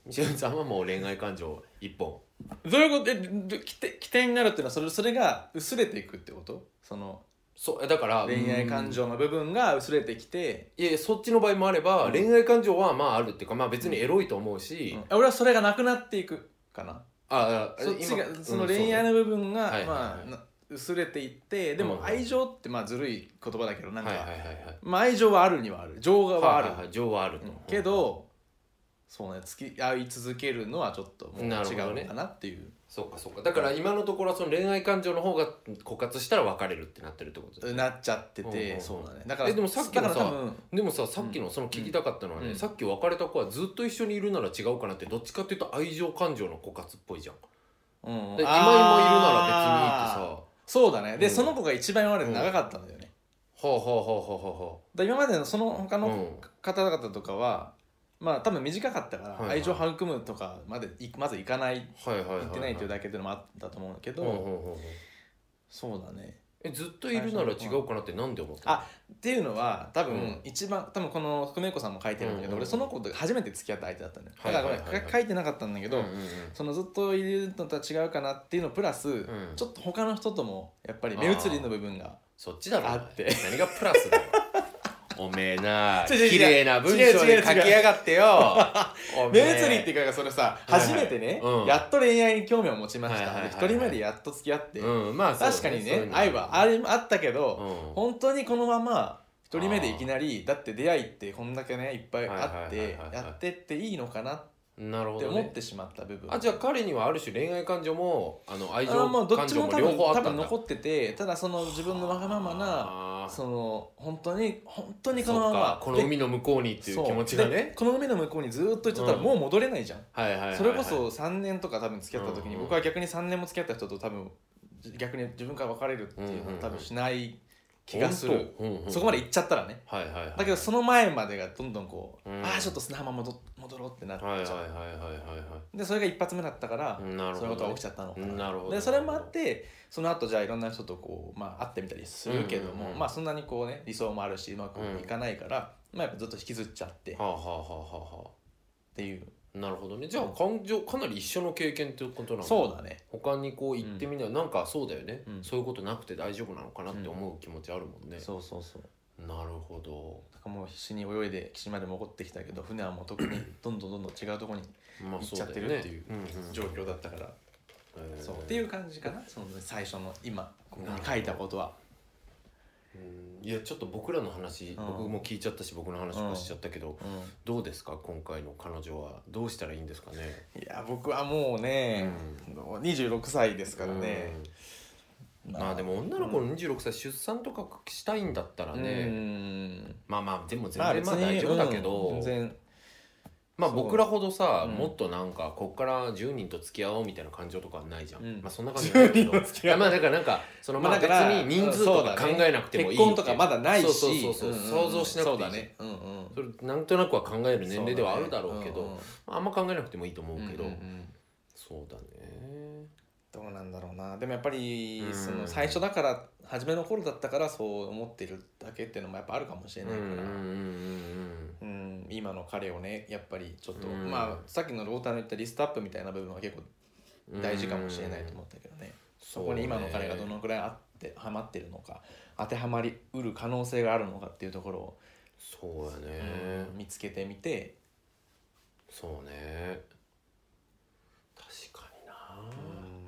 [SPEAKER 2] 西野さんはもう恋愛感情一本
[SPEAKER 1] どういうことえど起点起点になるっていうのはそれそれが薄れていくってことその
[SPEAKER 2] そうだから
[SPEAKER 1] 恋愛感
[SPEAKER 2] うん
[SPEAKER 1] 情の部分が薄れてきて、
[SPEAKER 2] いやいやそっちの場合もあれば、
[SPEAKER 1] うん
[SPEAKER 2] 恋愛感情はまああるっていうかまあ別にエロいと思うし、
[SPEAKER 1] うん俺はそれがなくなっちがなくなっていくかな
[SPEAKER 2] ああ
[SPEAKER 1] そっちが
[SPEAKER 2] 今
[SPEAKER 1] その恋愛
[SPEAKER 2] うん
[SPEAKER 1] の部分が、
[SPEAKER 2] はいはい
[SPEAKER 1] ま
[SPEAKER 2] は
[SPEAKER 1] あ
[SPEAKER 2] い
[SPEAKER 1] な薄れていってでも
[SPEAKER 2] うん
[SPEAKER 1] 愛情ってまあずるい言葉だけどなんか、
[SPEAKER 2] はいはいはいはい
[SPEAKER 1] まあ、愛情はあるにはある情がはある、
[SPEAKER 2] はいはいはい情はあると、
[SPEAKER 1] うんけどそうね付き合い続けるのはちょっともう違う
[SPEAKER 2] なるほどね
[SPEAKER 1] のかなっていう
[SPEAKER 2] そうかそうかだから今のところはその恋愛感情の方が枯渇したら別れるってなってるってことだよね
[SPEAKER 1] なっちゃって
[SPEAKER 2] うんうんう
[SPEAKER 1] て
[SPEAKER 2] ん
[SPEAKER 1] そうだねだから
[SPEAKER 2] えでもさっきの
[SPEAKER 1] だから
[SPEAKER 2] さ
[SPEAKER 1] 多分
[SPEAKER 2] でもささっきのその聞きたかったのはね、
[SPEAKER 1] うん
[SPEAKER 2] さっき別れた子はずっと一緒にいるなら違うかなってどっちかっていうと愛情感情の枯渇っぽいじゃん、
[SPEAKER 1] うん
[SPEAKER 2] で
[SPEAKER 1] 今
[SPEAKER 2] 今井もいるなら別にいいってさ
[SPEAKER 1] さそうだねで、
[SPEAKER 2] うん
[SPEAKER 1] その子が一番今まで長かったんだよね、
[SPEAKER 2] はあはあはあはあはあは
[SPEAKER 1] だから今までのその他
[SPEAKER 2] あう
[SPEAKER 1] の
[SPEAKER 2] ん
[SPEAKER 1] 方々とかは、まあ多分短かったか
[SPEAKER 2] はいは
[SPEAKER 1] ら
[SPEAKER 2] い
[SPEAKER 1] 愛情育むとかまでいまずいかない
[SPEAKER 2] はいはいはいは
[SPEAKER 1] 行ってないという
[SPEAKER 2] だ
[SPEAKER 1] だけでもあったと思うんだけ
[SPEAKER 2] け
[SPEAKER 1] ど、そうだね
[SPEAKER 2] えずっといるなら違うかなってなんで思ったの
[SPEAKER 1] あっていうのは多
[SPEAKER 2] う
[SPEAKER 1] 分
[SPEAKER 2] ん
[SPEAKER 1] 一番、多分この久米子さんも書いてるんだけど、
[SPEAKER 2] うんうん
[SPEAKER 1] 俺その子と初めて付き合った相手だったんだよだから
[SPEAKER 2] は
[SPEAKER 1] ご
[SPEAKER 2] い
[SPEAKER 1] め
[SPEAKER 2] はい
[SPEAKER 1] ん、
[SPEAKER 2] はいはい
[SPEAKER 1] か書いてなかったんだけど、
[SPEAKER 2] うんうんうん
[SPEAKER 1] そのずっといるのとは違うかなっていうのプラス、
[SPEAKER 2] ん
[SPEAKER 1] ちょっと他の人ともやっぱり目移りの部分が
[SPEAKER 2] そっちだろ
[SPEAKER 1] あって
[SPEAKER 2] 何がプラスだよ おめえな
[SPEAKER 1] 違う違う違う
[SPEAKER 2] 綺麗な文章に書き
[SPEAKER 1] 違う違う違う
[SPEAKER 2] やがってよおめ
[SPEAKER 1] 目
[SPEAKER 2] え
[SPEAKER 1] 移りっていうかそれさ
[SPEAKER 2] はいはい
[SPEAKER 1] 初めてね、
[SPEAKER 2] うん
[SPEAKER 1] やっと恋愛に興味を持ちまし
[SPEAKER 2] はいはい
[SPEAKER 1] た
[SPEAKER 2] はい
[SPEAKER 1] で
[SPEAKER 2] はい
[SPEAKER 1] 一、人目でやっと付き合って、
[SPEAKER 2] うんまあそうだ
[SPEAKER 1] 確かに
[SPEAKER 2] そうい
[SPEAKER 1] ね
[SPEAKER 2] うの
[SPEAKER 1] 愛はあれあったけど、
[SPEAKER 2] うん
[SPEAKER 1] 本当にこのまま一人目でいきなりだって出会いってこんだけねいっぱいあっ
[SPEAKER 2] はいはい
[SPEAKER 1] て
[SPEAKER 2] はいはいはい
[SPEAKER 1] やってっていいのかなっ
[SPEAKER 2] なるほ
[SPEAKER 1] て
[SPEAKER 2] ど、
[SPEAKER 1] 思
[SPEAKER 2] ね
[SPEAKER 1] っ、てしまった部分
[SPEAKER 2] あじゃあ彼にはある種恋愛感情もあの愛
[SPEAKER 1] あのまあ
[SPEAKER 2] 情
[SPEAKER 1] ど
[SPEAKER 2] 感
[SPEAKER 1] っち
[SPEAKER 2] 情
[SPEAKER 1] も
[SPEAKER 2] も
[SPEAKER 1] 多
[SPEAKER 2] 両
[SPEAKER 1] 分
[SPEAKER 2] 方あ
[SPEAKER 1] 多
[SPEAKER 2] った
[SPEAKER 1] 分
[SPEAKER 2] んだ
[SPEAKER 1] 残っててただその自分のわがままな
[SPEAKER 2] な
[SPEAKER 1] その本当に本当にこ
[SPEAKER 2] そ
[SPEAKER 1] のま
[SPEAKER 2] っ
[SPEAKER 1] ま
[SPEAKER 2] かこの海の向こうにっていう気持ちが
[SPEAKER 1] そうで
[SPEAKER 2] ね
[SPEAKER 1] この海の向こうにずーっと行っちゃったら
[SPEAKER 2] うん
[SPEAKER 1] もう戻れないじゃん、
[SPEAKER 2] はいはいはいはい
[SPEAKER 1] それこそ3年とか多分付き合った時に、
[SPEAKER 2] うん
[SPEAKER 1] 僕は逆に3年も付き合った人と多分逆に自分から別れるっていうのは多分しない気がする、
[SPEAKER 2] 本当うんうん
[SPEAKER 1] そこまで行っちゃったらね
[SPEAKER 2] はいはいはい
[SPEAKER 1] だけどその前までがどんどんこう、
[SPEAKER 2] うん
[SPEAKER 1] ああちょっと砂浜戻戻ろうってなっちゃう、
[SPEAKER 2] はいはいはいはいは
[SPEAKER 1] でそれが一発目だったから、
[SPEAKER 2] いはいなる
[SPEAKER 1] そ
[SPEAKER 2] ほ
[SPEAKER 1] ういうことが
[SPEAKER 2] ど
[SPEAKER 1] 起きちゃったのか
[SPEAKER 2] うんなるほど
[SPEAKER 1] でそれもあってその後じゃあいろんな人とこう、まあ、会ってみたりするけども、
[SPEAKER 2] うんうんうん
[SPEAKER 1] まあ、そんなにこうね理想もあるしうまくいかないから、まあ、やっぱずっと引きずっちゃってっ
[SPEAKER 2] はあはあはあはあは
[SPEAKER 1] ていう、
[SPEAKER 2] あなるほどねじゃあ感情かなり一緒の経験っていうことなの
[SPEAKER 1] そうだね
[SPEAKER 2] 他にこう行ってみればなんかそうだよね、
[SPEAKER 1] うん
[SPEAKER 2] そういうことなくて大丈夫なのかなって思う気持ちあるもんね、
[SPEAKER 1] そうそうそう
[SPEAKER 2] なるほど
[SPEAKER 1] だからもう必死に泳いで岸まで戻ってきたけど船はもう特 にどんどんどんどん違うところに
[SPEAKER 2] まあ
[SPEAKER 1] 行っ
[SPEAKER 2] そう
[SPEAKER 1] ちゃっ
[SPEAKER 2] だ
[SPEAKER 1] て
[SPEAKER 2] よ
[SPEAKER 1] る
[SPEAKER 2] ね
[SPEAKER 1] っていう
[SPEAKER 2] うんうん
[SPEAKER 1] 状況だったから、
[SPEAKER 2] えー
[SPEAKER 1] そうっていう感じかなその最初の今ここ
[SPEAKER 2] なる
[SPEAKER 1] に
[SPEAKER 2] ほど
[SPEAKER 1] 書いたことは
[SPEAKER 2] うんいやちょっと僕らの話、
[SPEAKER 1] ん
[SPEAKER 2] 僕も聞いちゃったし僕の話もしちゃったけど、
[SPEAKER 1] う
[SPEAKER 2] どうですか今回の彼女はどうしたらいいんですかね、
[SPEAKER 1] んいや僕はもうね、26歳ですからね、
[SPEAKER 2] うんまあでも女の子の26歳出産とかしたいんだったら
[SPEAKER 1] う
[SPEAKER 2] ね、
[SPEAKER 1] ん
[SPEAKER 2] まあまあでも全
[SPEAKER 1] まあ
[SPEAKER 2] 然
[SPEAKER 1] 別
[SPEAKER 2] まあ
[SPEAKER 1] に
[SPEAKER 2] 大丈夫だけど、
[SPEAKER 1] うん全然
[SPEAKER 2] まあ
[SPEAKER 1] そう
[SPEAKER 2] 僕らほどさ、
[SPEAKER 1] うん
[SPEAKER 2] もっとなんかこっから10人と付き合おうみたいな感情とかはないじゃん、
[SPEAKER 1] うん
[SPEAKER 2] まあそんな感じじゃないけど
[SPEAKER 1] 10人と付き合う
[SPEAKER 2] いやまあだからなんかその
[SPEAKER 1] まあ
[SPEAKER 2] まあ
[SPEAKER 1] だ
[SPEAKER 2] 別
[SPEAKER 1] から
[SPEAKER 2] に人数とか考えなくてもいいって
[SPEAKER 1] 結婚とかまだないし
[SPEAKER 2] そうそうそうそう想像しなくていいじゃん
[SPEAKER 1] そうだね、うんうん、
[SPEAKER 2] それなんとなくは考える年齢ではあるだろうけど
[SPEAKER 1] そね
[SPEAKER 2] まああんま考えなくてもいいと思うけど、
[SPEAKER 1] うんうんうん
[SPEAKER 2] そうだね
[SPEAKER 1] どうなんだろうなでもやっぱり
[SPEAKER 2] うん
[SPEAKER 1] その最初だから初めの頃だったからそう思ってるだけっていうのもやっぱあるかもしれ
[SPEAKER 2] う
[SPEAKER 1] なんい
[SPEAKER 2] うん
[SPEAKER 1] か
[SPEAKER 2] うんうん
[SPEAKER 1] ら、
[SPEAKER 2] うん
[SPEAKER 1] うん今の彼をねやっぱりちょっと、
[SPEAKER 2] うん
[SPEAKER 1] まあさっきのローターの言ったリストアップみたいな部分は結構大事かもしれないと思ったけどね、そこに今の彼がどのくらいあってはまってるのか当てはまりうる可能性があるのかっていうところを、
[SPEAKER 2] そうだね
[SPEAKER 1] うん見つけてみて、
[SPEAKER 2] そうね確かに
[SPEAKER 1] う
[SPEAKER 2] な、
[SPEAKER 1] ん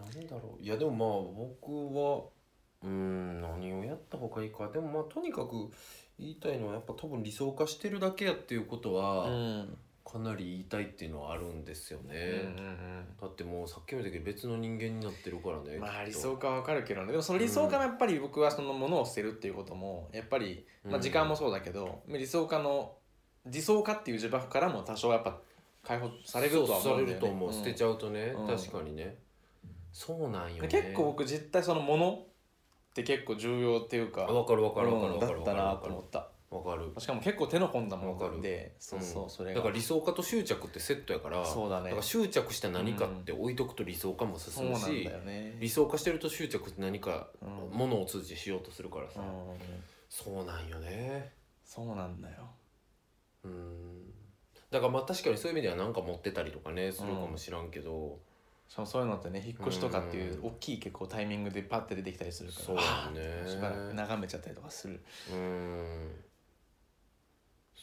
[SPEAKER 2] なんだろういやでもまあ僕はうーん何をやった方がいいかでもまあとにかく言いたいのはやっぱ多分理想化してるだけやっていうこと
[SPEAKER 1] うん
[SPEAKER 2] はかなり言いたいっていうのはあるんですよ
[SPEAKER 1] うん
[SPEAKER 2] ね、だってもうさっきも言ったけど別の人間になってるからね
[SPEAKER 1] まあ理
[SPEAKER 2] きっと
[SPEAKER 1] 想化はわかるけどねでもその理想化もやっぱり僕はそのものを捨てるっていうこともやっぱり、ま
[SPEAKER 2] う
[SPEAKER 1] あ、
[SPEAKER 2] ん
[SPEAKER 1] 時間もそうだけど、理想化の理想化っていう呪縛からも多少やっぱ解放されるとは思うん
[SPEAKER 2] そうさ
[SPEAKER 1] だよね
[SPEAKER 2] れると思う、
[SPEAKER 1] ん
[SPEAKER 2] 捨てちゃうとね、
[SPEAKER 1] うん
[SPEAKER 2] 確かにねそうなんよね
[SPEAKER 1] 結構僕実態そのものって結構重要っていうか
[SPEAKER 2] わかるわかるわか
[SPEAKER 1] う
[SPEAKER 2] るわ
[SPEAKER 1] んだ
[SPEAKER 2] か
[SPEAKER 1] っ
[SPEAKER 2] るわ
[SPEAKER 1] た
[SPEAKER 2] かる
[SPEAKER 1] な
[SPEAKER 2] わ
[SPEAKER 1] と
[SPEAKER 2] か
[SPEAKER 1] 思
[SPEAKER 2] る
[SPEAKER 1] った
[SPEAKER 2] わかる
[SPEAKER 1] しかも結構手の込んだものなんでそうそう、
[SPEAKER 2] ん
[SPEAKER 1] それが
[SPEAKER 2] だから理想化と執着ってセットやから
[SPEAKER 1] そうだね
[SPEAKER 2] だから執着した何かって置いとくと理想化も
[SPEAKER 1] そ
[SPEAKER 2] 進
[SPEAKER 1] う
[SPEAKER 2] む
[SPEAKER 1] なん
[SPEAKER 2] し
[SPEAKER 1] だよね
[SPEAKER 2] 理想化してると執着って何か
[SPEAKER 1] うん
[SPEAKER 2] ものを通じてしようとするからさ
[SPEAKER 1] うん
[SPEAKER 2] そうなんよね
[SPEAKER 1] そうなんだよ
[SPEAKER 2] うんだからまあ確かにそういう意味では何か持ってたりとかねするかもしらんけど
[SPEAKER 1] しかもそういうのってね引っ越しとかっていううん大きい結構タイミングでパッて出てきたりするから
[SPEAKER 2] そうだね
[SPEAKER 1] あーしばらく眺めちゃったりとかする
[SPEAKER 2] うん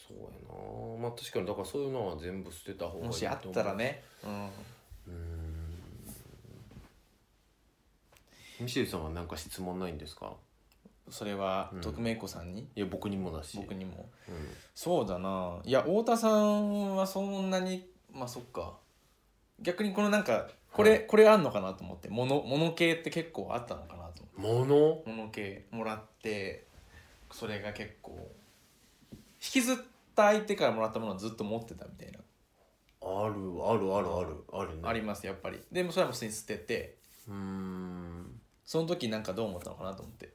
[SPEAKER 2] そうやなまあ確かにだからそういうのは全部捨てた方がいい
[SPEAKER 1] もしあ
[SPEAKER 2] と
[SPEAKER 1] っ
[SPEAKER 2] 思う
[SPEAKER 1] たらね、うん、
[SPEAKER 2] うんミシェルさんは何か質問ないんですか
[SPEAKER 1] それは
[SPEAKER 2] うん
[SPEAKER 1] 徳明子さんに、
[SPEAKER 2] いや僕にもだし
[SPEAKER 1] 僕にも
[SPEAKER 2] うん
[SPEAKER 1] そうだないや太田さんはそんなにまあそっか逆にこのなんかこれ、
[SPEAKER 2] はい
[SPEAKER 1] これあんのかなと思ってモノモノ系って結構あったのかなと思って
[SPEAKER 2] 物
[SPEAKER 1] モノ系もらってそれが結構引きずった相手からもらったものをずっと持ってたみたいな、
[SPEAKER 2] あるあるあるあるあるね
[SPEAKER 1] ありますやっぱりでもそれはもう普通に捨てて
[SPEAKER 2] うーん
[SPEAKER 1] その時なんかどう思ったのかなと思って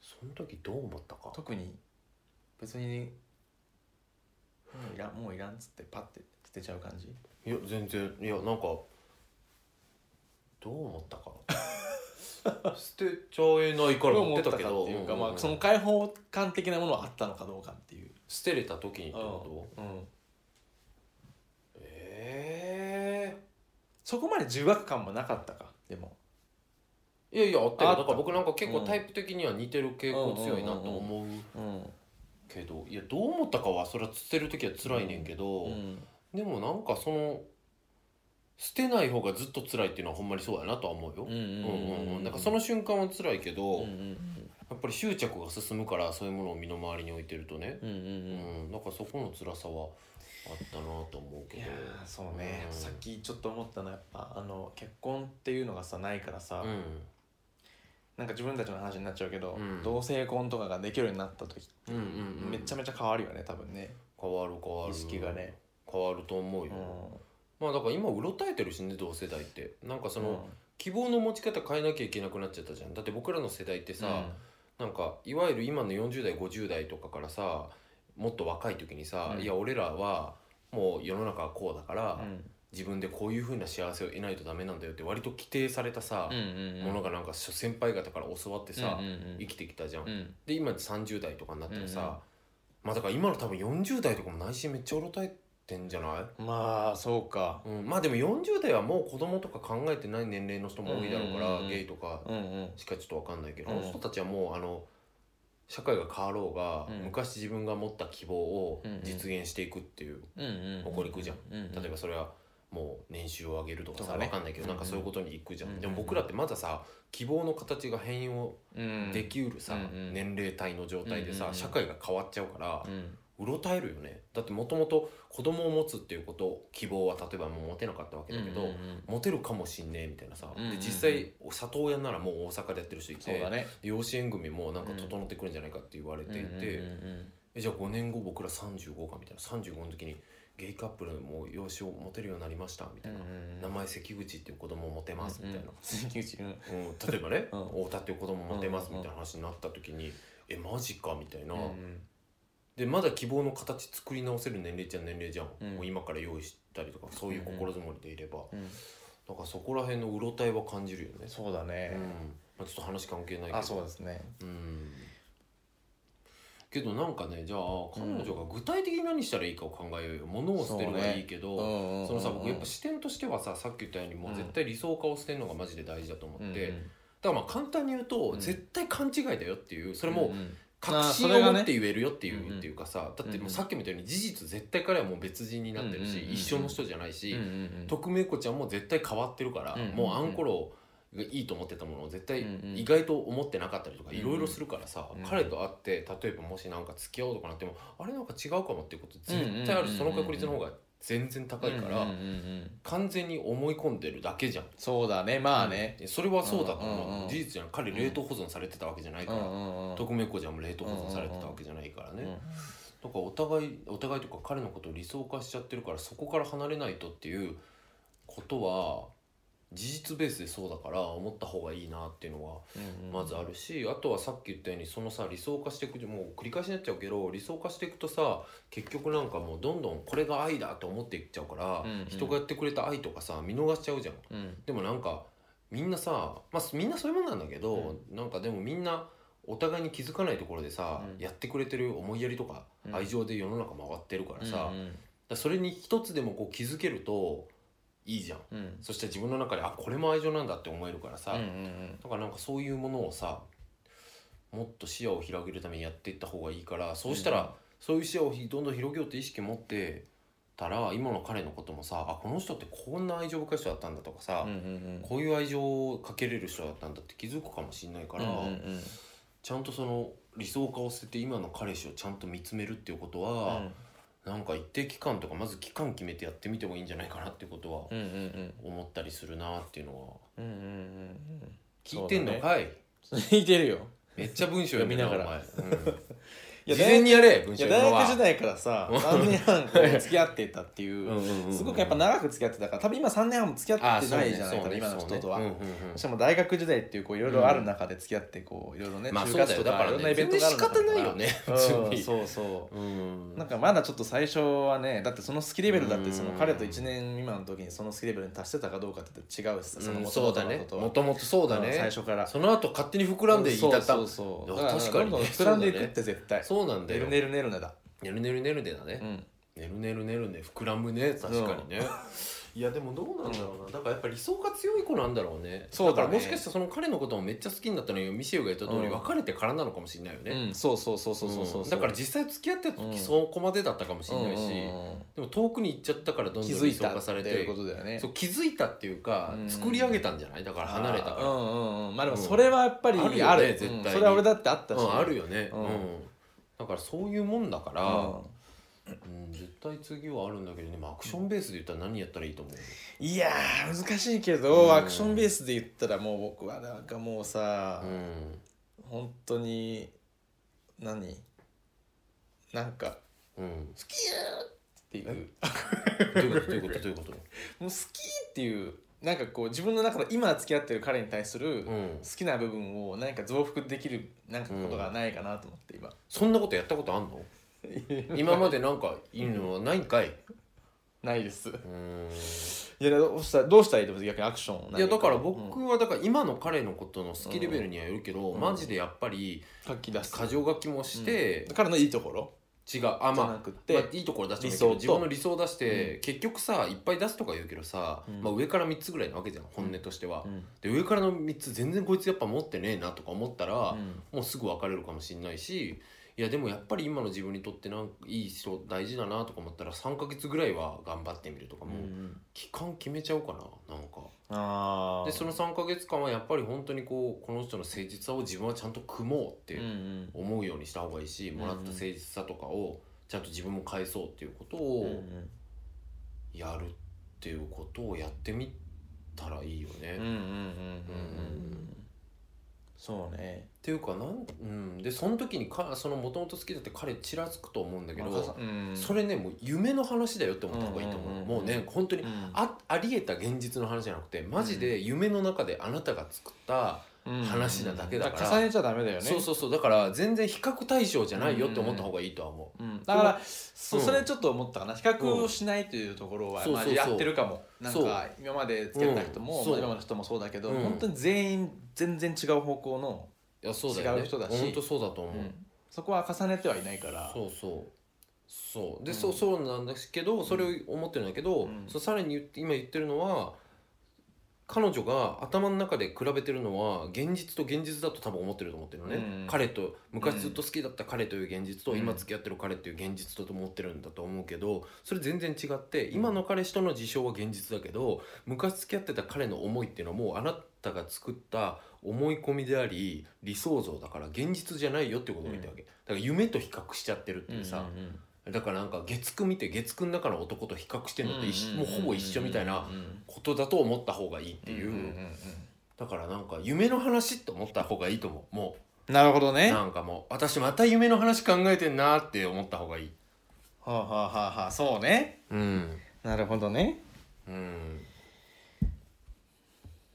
[SPEAKER 2] その時どう思ったか
[SPEAKER 1] 特に別にもういらんもういらんっつってパッて捨てちゃう感じ
[SPEAKER 2] いや全然いやなんかどう思ったか 捨てちゃえないから
[SPEAKER 1] どう
[SPEAKER 2] 持っ
[SPEAKER 1] 思ってた
[SPEAKER 2] た
[SPEAKER 1] かっ
[SPEAKER 2] け
[SPEAKER 1] て
[SPEAKER 2] ど
[SPEAKER 1] いうか、
[SPEAKER 2] うん
[SPEAKER 1] まあ、その開放感的なものはあったのかどうかっていう、
[SPEAKER 2] 捨てれた時にって
[SPEAKER 1] う
[SPEAKER 2] こ
[SPEAKER 1] んうん
[SPEAKER 2] とえ
[SPEAKER 1] そこまで重悪感もなかったかでも
[SPEAKER 2] えいやいやあったよ
[SPEAKER 1] あ
[SPEAKER 2] だ
[SPEAKER 1] った
[SPEAKER 2] から僕なんか結構
[SPEAKER 1] うん
[SPEAKER 2] タイプ的には似てる傾向強いなと思う
[SPEAKER 1] うん、
[SPEAKER 2] けどいやどう思ったかはそれは捨てる時は辛いねんけど、
[SPEAKER 1] うん、
[SPEAKER 2] でもなんかその捨てない方がずっと辛いっていうのはほんまにそうやなとは思うよ、
[SPEAKER 1] うん
[SPEAKER 2] う
[SPEAKER 1] うん
[SPEAKER 2] んうんうんなんかその瞬間は辛いけど、
[SPEAKER 1] うんう
[SPEAKER 2] や
[SPEAKER 1] ん
[SPEAKER 2] っぱり執着が進むからそういうものを身の回りに置いてるとね、
[SPEAKER 1] うんうん
[SPEAKER 2] う
[SPEAKER 1] うん
[SPEAKER 2] んだからそこの辛さはあったなと思うけ
[SPEAKER 1] い
[SPEAKER 2] ど
[SPEAKER 1] やーそうね、
[SPEAKER 2] うん
[SPEAKER 1] さっきちょっと思ったのはやっぱあの結婚っていうのがさないからさ、
[SPEAKER 2] う
[SPEAKER 1] なんか自分たちの話になっちゃうけど、
[SPEAKER 2] うん
[SPEAKER 1] 同性婚とかができるようになった時、
[SPEAKER 2] ん、うんうんうん
[SPEAKER 1] めちゃめちゃ変わるよね多分ね、
[SPEAKER 2] 変わる変わる
[SPEAKER 1] 意識がね
[SPEAKER 2] 変わると思う
[SPEAKER 1] う
[SPEAKER 2] よ、
[SPEAKER 1] ん、
[SPEAKER 2] まあだから今うろたえてるしね同世代ってなんかその、
[SPEAKER 1] うん
[SPEAKER 2] 希望の持ち方変えなきゃいけなくなっちゃったじゃんだって僕らの世代ってさ、なんかいわゆる今の40代50代とかからさもっと若い時にさ、
[SPEAKER 1] うん
[SPEAKER 2] いや俺らはもう世の中はこうだから、
[SPEAKER 1] うん
[SPEAKER 2] 自分でこういう風な幸せを得ないとダメなんだよって割と規定されたさ、
[SPEAKER 1] うんうん
[SPEAKER 2] ものがなんか先輩方から教わってさ、
[SPEAKER 1] うんうん
[SPEAKER 2] 生きてきたじゃん。
[SPEAKER 1] うんうん
[SPEAKER 2] で今30代とかになったらさ、
[SPEAKER 1] うんうん
[SPEAKER 2] まあだから今の多分40代とかも内心めっちゃうろたえてんじゃない
[SPEAKER 1] まあそうか
[SPEAKER 2] うん、まあでも40代はもう子供とか考えてない年齢の人も多いだろうから、
[SPEAKER 1] うんうんうん
[SPEAKER 2] ゲイとか
[SPEAKER 1] うんうん
[SPEAKER 2] しかちょっとわかんないけど、
[SPEAKER 1] うん
[SPEAKER 2] あの人たちはもうあの社会が変わろうが、
[SPEAKER 1] うん
[SPEAKER 2] 昔自分が持った希望を
[SPEAKER 1] うんうん
[SPEAKER 2] 実現していくっていう、
[SPEAKER 1] うんうん
[SPEAKER 2] ここに行くじゃん
[SPEAKER 1] うんうん
[SPEAKER 2] 例えばそれはもう年収を上げるとか
[SPEAKER 1] と
[SPEAKER 2] さ
[SPEAKER 1] か
[SPEAKER 2] わ、
[SPEAKER 1] ね
[SPEAKER 2] かんないけどなんかそういうことに行くじゃん、
[SPEAKER 1] うんうん
[SPEAKER 2] でも僕らってまださ希望の形が変容
[SPEAKER 1] うん
[SPEAKER 2] できうるさ、
[SPEAKER 1] うんうん
[SPEAKER 2] 年齢帯の状態でさ、
[SPEAKER 1] うんうんうん
[SPEAKER 2] 社会が変わっちゃうから
[SPEAKER 1] う、ん
[SPEAKER 2] うろたえるよねだってもともと子供を持つっていうこと希望は例えばもう持てなかったわけだけど、
[SPEAKER 1] うんうんうん
[SPEAKER 2] モテるかもしんねえみたいなさ、
[SPEAKER 1] うんうんうん
[SPEAKER 2] で実際里親ならもう大阪でやってる人いて
[SPEAKER 1] そうだね
[SPEAKER 2] 養子縁組もなんか整ってくるんじゃないかって言われていて、
[SPEAKER 1] うんうんうん
[SPEAKER 2] えじゃあ5年後僕ら35かみたいな35の時にゲイカップルも養子を持てるようになりましたみたいな、
[SPEAKER 1] うん
[SPEAKER 2] 名前関口っていう子供を持てますみたいな、
[SPEAKER 1] 関口うん
[SPEAKER 2] うん例えばね、
[SPEAKER 1] うん
[SPEAKER 2] 太田っていう子供持てますみたいな話になった時に、えマジかみたいな、
[SPEAKER 1] うん
[SPEAKER 2] でまだ希望の形作り直せる年齢じゃん年齢じゃん、
[SPEAKER 1] うん
[SPEAKER 2] もう今から用意したりとかそういう心づもりでいれば、
[SPEAKER 1] うん
[SPEAKER 2] だからそこら辺のうろたえは感じるよね
[SPEAKER 1] そうだ
[SPEAKER 2] うん
[SPEAKER 1] ね
[SPEAKER 2] まあ、ちょっと話関係ないけど
[SPEAKER 1] あそうですね
[SPEAKER 2] うんけどなんかねじゃあ彼女が具体的に何したらいいかを考えようよ物を捨てるの
[SPEAKER 1] そう
[SPEAKER 2] はい
[SPEAKER 1] ね
[SPEAKER 2] いけど、
[SPEAKER 1] そ
[SPEAKER 2] そのさ僕やっぱ視点としてはささっき言ったようにもう絶対理想化を捨てるのがマジで大事だと思って、だからまあ簡単に言うと、
[SPEAKER 1] うん
[SPEAKER 2] 絶対勘違いだよっていうそれ
[SPEAKER 1] う
[SPEAKER 2] も
[SPEAKER 1] ん
[SPEAKER 2] 確信
[SPEAKER 1] あーそれ
[SPEAKER 2] を持
[SPEAKER 1] がね
[SPEAKER 2] って言えるよっていう,、
[SPEAKER 1] うんうん
[SPEAKER 2] っていうかさだって
[SPEAKER 1] うん
[SPEAKER 2] も
[SPEAKER 1] う
[SPEAKER 2] うんさっきも言ったように事実絶対彼はもう別人になってるし、
[SPEAKER 1] うんうんうんうん
[SPEAKER 2] 一生の人じゃないし、
[SPEAKER 1] うんうん
[SPEAKER 2] 徳明子ちゃんも絶対変わってるから、
[SPEAKER 1] うん
[SPEAKER 2] もうあの頃がいいと思ってたものを絶対
[SPEAKER 1] うんうん
[SPEAKER 2] 意外と思ってなかったりとか
[SPEAKER 1] うん
[SPEAKER 2] いろいろするからさ、
[SPEAKER 1] うん
[SPEAKER 2] 彼と会って例えばもしなんか付き合おうとかなってもあれなんか違うかもっていうこと絶対あるし
[SPEAKER 1] う
[SPEAKER 2] そ
[SPEAKER 1] んう
[SPEAKER 2] の
[SPEAKER 1] んうんうん
[SPEAKER 2] 確率の方が全然高いから、
[SPEAKER 1] うんうんうんうん
[SPEAKER 2] 完全に思い込んでるだけじゃん。
[SPEAKER 1] そうだねまあね
[SPEAKER 2] それはそうだと思う、
[SPEAKER 1] うんうんうん
[SPEAKER 2] 事実じゃん彼冷凍保存されてたわけじゃないから、
[SPEAKER 1] ん
[SPEAKER 2] 徳明子ちゃんも冷凍保存されてたわけじゃないからね、とかお互いお互いとか彼のことを理想化しちゃってるからそこから離れないとっていうことは事実ベースでそうだから思った方がいいなっていうのはまずあるし、あとはさっき言ったようにそのさ理想化していくもう繰り返しになっちゃうけど理想化していくとさ結局なんかもうどんどんこれが愛だと思っていっちゃうから、
[SPEAKER 1] うんうん
[SPEAKER 2] 人がやってくれた愛とかさ見逃しちゃうじゃん。
[SPEAKER 1] うん
[SPEAKER 2] でもなんかみんなさ、まあ、みんなそういうもんなんだけど、なんかでもみんなお互いに気づかないところでさ、
[SPEAKER 1] うん
[SPEAKER 2] やってくれてる思いやりとか
[SPEAKER 1] うん
[SPEAKER 2] 愛情で世の中回ってるからさ、だか
[SPEAKER 1] うん
[SPEAKER 2] らそれに一つでもこう気づけるといいじゃん
[SPEAKER 1] うん
[SPEAKER 2] そして自分の中であこれも愛情なんだって思えるからさ、
[SPEAKER 1] うんうん
[SPEAKER 2] だからなんかそういうものをさもっと視野を広げるためにやっていった方がいいからそうしたら、
[SPEAKER 1] うん
[SPEAKER 2] そういう視野をひどんどん広げようって意識持ってたら今の彼のこともさあこの人ってこんな愛情深い人だったんだとかさ、
[SPEAKER 1] うんうん
[SPEAKER 2] こういう愛情をかけれる人だったんだって気づくかもしれないから、
[SPEAKER 1] うんうんうん
[SPEAKER 2] ちゃんとその理想化を捨てて今の彼氏をちゃんと見つめるっていうことは、なんか一定期間とかまず期間決めてやってみてもいいんじゃないかなってことは
[SPEAKER 1] うんうんうん
[SPEAKER 2] 思ったりするなっていうのは
[SPEAKER 1] うんうんうんうん
[SPEAKER 2] 聞いてんのかい、
[SPEAKER 1] そうだね聞いてるよ
[SPEAKER 2] めっちゃ文章読みながら、お前うん
[SPEAKER 1] い や
[SPEAKER 2] 事前にやれ文
[SPEAKER 1] い
[SPEAKER 2] 章
[SPEAKER 1] や
[SPEAKER 2] 読むの
[SPEAKER 1] 大
[SPEAKER 2] は
[SPEAKER 1] 学時代からさ3年半こう付き合ってたっていう
[SPEAKER 2] うんうんうんうん
[SPEAKER 1] すごくやっぱ長く付き合ってたから多分今3年半も付き合
[SPEAKER 2] あー
[SPEAKER 1] って
[SPEAKER 2] そう
[SPEAKER 1] ない
[SPEAKER 2] ね
[SPEAKER 1] じゃない
[SPEAKER 2] そう
[SPEAKER 1] か、
[SPEAKER 2] ね
[SPEAKER 1] 今の人とは、
[SPEAKER 2] そうねうんうんうん
[SPEAKER 1] しかも大学時代っていうこういろいろある中で付き合ってこういろいろね、
[SPEAKER 2] まあ
[SPEAKER 1] 就
[SPEAKER 2] そうだ
[SPEAKER 1] 活
[SPEAKER 2] よ
[SPEAKER 1] と
[SPEAKER 2] だ
[SPEAKER 1] か
[SPEAKER 2] か
[SPEAKER 1] い
[SPEAKER 2] ら
[SPEAKER 1] ろんな
[SPEAKER 2] ね
[SPEAKER 1] イベン
[SPEAKER 2] 全
[SPEAKER 1] ト
[SPEAKER 2] 然
[SPEAKER 1] があ
[SPEAKER 2] 仕
[SPEAKER 1] る中
[SPEAKER 2] 方ないよね
[SPEAKER 1] う
[SPEAKER 2] 普通
[SPEAKER 1] ん
[SPEAKER 2] に
[SPEAKER 1] そうそううんなんかまだちょっと最初はねだってそのスキレベルだってその
[SPEAKER 2] うん
[SPEAKER 1] 彼と1年未満の時にそのスキレベルに達してたかどうかって違うしさその
[SPEAKER 2] うん
[SPEAKER 1] 元
[SPEAKER 2] そう
[SPEAKER 1] 々
[SPEAKER 2] だ
[SPEAKER 1] のこ
[SPEAKER 2] ね
[SPEAKER 1] とは
[SPEAKER 2] もともとそうだね
[SPEAKER 1] 最初から
[SPEAKER 2] その後勝手に膨らんでいたった
[SPEAKER 1] そ
[SPEAKER 2] そうう
[SPEAKER 1] そうそう
[SPEAKER 2] いや
[SPEAKER 1] だから
[SPEAKER 2] 確かにね
[SPEAKER 1] どんどん膨らんでいくって絶対
[SPEAKER 2] なんだ
[SPEAKER 1] ね
[SPEAKER 2] よ
[SPEAKER 1] るねるねるねだ
[SPEAKER 2] ねるねるねるねだね、
[SPEAKER 1] うん
[SPEAKER 2] ねるねるねるね膨らむね確かにね、いやでもどうなんだろうな、だからやっぱり理想が強い子なんだろうね
[SPEAKER 1] そうだね
[SPEAKER 2] からもしかしたらその彼のこともめっちゃ好きになったのよミシェルが言った通り、
[SPEAKER 1] うん
[SPEAKER 2] 別れてからなのかもしれないよね、
[SPEAKER 1] うんそうそうそうそうそうそう
[SPEAKER 2] うんだから実際付き合ってた
[SPEAKER 1] うん
[SPEAKER 2] 時そこまでだったかもしれないし、
[SPEAKER 1] うんうんうん
[SPEAKER 2] でも遠くに行っちゃったからどん
[SPEAKER 1] 気
[SPEAKER 2] どん
[SPEAKER 1] づ
[SPEAKER 2] 理
[SPEAKER 1] い
[SPEAKER 2] 想
[SPEAKER 1] た
[SPEAKER 2] 化され
[SPEAKER 1] って
[SPEAKER 2] て
[SPEAKER 1] いうことだよね
[SPEAKER 2] そう気づいたっていうか、
[SPEAKER 1] うん
[SPEAKER 2] 作り上げたんじゃないだから離れた
[SPEAKER 1] あー
[SPEAKER 2] か
[SPEAKER 1] うんうんうんまあでもそれはやっぱりあ
[SPEAKER 2] あ
[SPEAKER 1] る,、
[SPEAKER 2] る
[SPEAKER 1] う
[SPEAKER 2] よ
[SPEAKER 1] ん
[SPEAKER 2] ね絶対に
[SPEAKER 1] それは俺だってあった
[SPEAKER 2] ら、
[SPEAKER 1] し、
[SPEAKER 2] うん、あるよね、
[SPEAKER 1] う
[SPEAKER 2] うんんだからそういうもんだか
[SPEAKER 1] う
[SPEAKER 2] ら、う
[SPEAKER 1] ん
[SPEAKER 2] ん絶対次はあるんだけどね、まあ、アクションベースで言ったら何やったらいいと思う、
[SPEAKER 1] いやー難しいけど、
[SPEAKER 2] うん
[SPEAKER 1] アクションベースで言ったらもう僕はなんかもうさ、
[SPEAKER 2] うん
[SPEAKER 1] 本当に何なんか
[SPEAKER 2] うん、
[SPEAKER 1] 好きやーっていう
[SPEAKER 2] どういうことどういうことどういうこと、
[SPEAKER 1] もう好きっていうなんかこう自分の中の今付き合ってる彼に対する
[SPEAKER 2] う
[SPEAKER 1] 好
[SPEAKER 2] ん、
[SPEAKER 1] きな部分を何か増幅できるなんかことがないかなと思って今、
[SPEAKER 2] そんなことやったことあんの今までなんかいいのはないんかい、
[SPEAKER 1] ないです
[SPEAKER 2] うん
[SPEAKER 1] いやどうしたどうしたらいいと思う逆にアクションを何
[SPEAKER 2] いやだから
[SPEAKER 1] うん
[SPEAKER 2] 僕はだから今の彼のことの好きレベルにはよるけど、
[SPEAKER 1] うん
[SPEAKER 2] マジでやっぱり
[SPEAKER 1] 書き出す
[SPEAKER 2] 過剰書きもして、
[SPEAKER 1] うん彼のいいところ
[SPEAKER 2] 違うあ
[SPEAKER 1] じ
[SPEAKER 2] ま
[SPEAKER 1] ゃ
[SPEAKER 2] あ
[SPEAKER 1] なくて、
[SPEAKER 2] まあ、いいところ出してもいいけど
[SPEAKER 1] 理想
[SPEAKER 2] 自
[SPEAKER 1] と
[SPEAKER 2] 分の理想を出して、結局さいっぱい出すとか言うけどさ、
[SPEAKER 1] うん
[SPEAKER 2] まあ、上から3つぐらいなわけじゃん本音としては、
[SPEAKER 1] うん
[SPEAKER 2] で上からの3つ全然こいつやっぱ持ってねえなとか思ったら、
[SPEAKER 1] うん
[SPEAKER 2] もうすぐ別れるかもしんないしいやでもやっぱり今の自分にとってなんかいい人大事だなとか思ったら3ヶ月ぐらいは頑張ってみるとかも、
[SPEAKER 1] うん
[SPEAKER 2] 期間決めちゃおうかななんか
[SPEAKER 1] あー
[SPEAKER 2] でその3ヶ月間はやっぱり本当にこうこの人の誠実さを自分はちゃんと組もうって、
[SPEAKER 1] うんうん
[SPEAKER 2] 思うようにした方がいいし
[SPEAKER 1] ん
[SPEAKER 2] もらった誠実さとかをちゃんと自分も返そうっていうこと
[SPEAKER 1] うん
[SPEAKER 2] をやるっていうことをやってみたらいいよね。
[SPEAKER 1] うんうんうんうんう
[SPEAKER 2] っ
[SPEAKER 1] んそうね
[SPEAKER 2] ていうかなん、うん、でその時にかそのもともと好きだって彼ちらつくと思うんだけど、
[SPEAKER 1] うん
[SPEAKER 2] それねもう夢の話だよって思った方がいいと思う,、
[SPEAKER 1] うんうんうん
[SPEAKER 2] もうね本当に、
[SPEAKER 1] うん
[SPEAKER 2] あありえた現実の話じゃなくてマジで夢の中であなたが作った、話なだけだから
[SPEAKER 1] 重ねちゃダメだよね
[SPEAKER 2] そうそうそうだから全然比較対象じゃないよって思った方がいいとは思う。
[SPEAKER 1] うんだから
[SPEAKER 2] う
[SPEAKER 1] そ
[SPEAKER 2] ん
[SPEAKER 1] それちょっと思ったかな比較をしないというところは
[SPEAKER 2] そう
[SPEAKER 1] まあ
[SPEAKER 2] そうそう
[SPEAKER 1] やってるかもなん
[SPEAKER 2] そう
[SPEAKER 1] か今まで付き合った人
[SPEAKER 2] う
[SPEAKER 1] も
[SPEAKER 2] んそう
[SPEAKER 1] まあ今の人もそうだけど
[SPEAKER 2] うん
[SPEAKER 1] 本当に全員全然違う方向の
[SPEAKER 2] いやそうだよね
[SPEAKER 1] 違う人だし
[SPEAKER 2] 本当そうだと思う、
[SPEAKER 1] うんそこは重ねてはいないから
[SPEAKER 2] そうそうそうで、
[SPEAKER 1] うん
[SPEAKER 2] そうそうなんですけどそれを思ってるんだけど、
[SPEAKER 1] うん
[SPEAKER 2] そうさらに言って今言ってるのは彼女が頭の中で比べてるのは現実と現実だと多分思ってると思ってるのね、
[SPEAKER 1] うん
[SPEAKER 2] 彼と昔ずっと好きだった彼という現実と、
[SPEAKER 1] うん
[SPEAKER 2] 今付き合ってる彼という現実とと思ってるんだと思うけどそれ全然違って今の彼氏との事象は現実だけど昔付き合ってた彼の思いっていうのはもうあなたが作った思い込みであり理想像だから現実じゃないよってことを言ったわけ、だから夢と比較しちゃってるっていうさ、
[SPEAKER 1] うんうんうん
[SPEAKER 2] だからなんか月9見て月9の中の男と比較してんのと一緒もうほぼ一緒みたいなことだと思った方がいいっていう、だからなんか夢の話って思った方がいいと思うも
[SPEAKER 1] なるほど
[SPEAKER 2] う
[SPEAKER 1] ねは
[SPEAKER 2] なんかもう私また夢の話考えてんなって思った方がいい
[SPEAKER 1] あ、はあはあはあ、そうね
[SPEAKER 2] うん
[SPEAKER 1] なるほどね
[SPEAKER 2] うん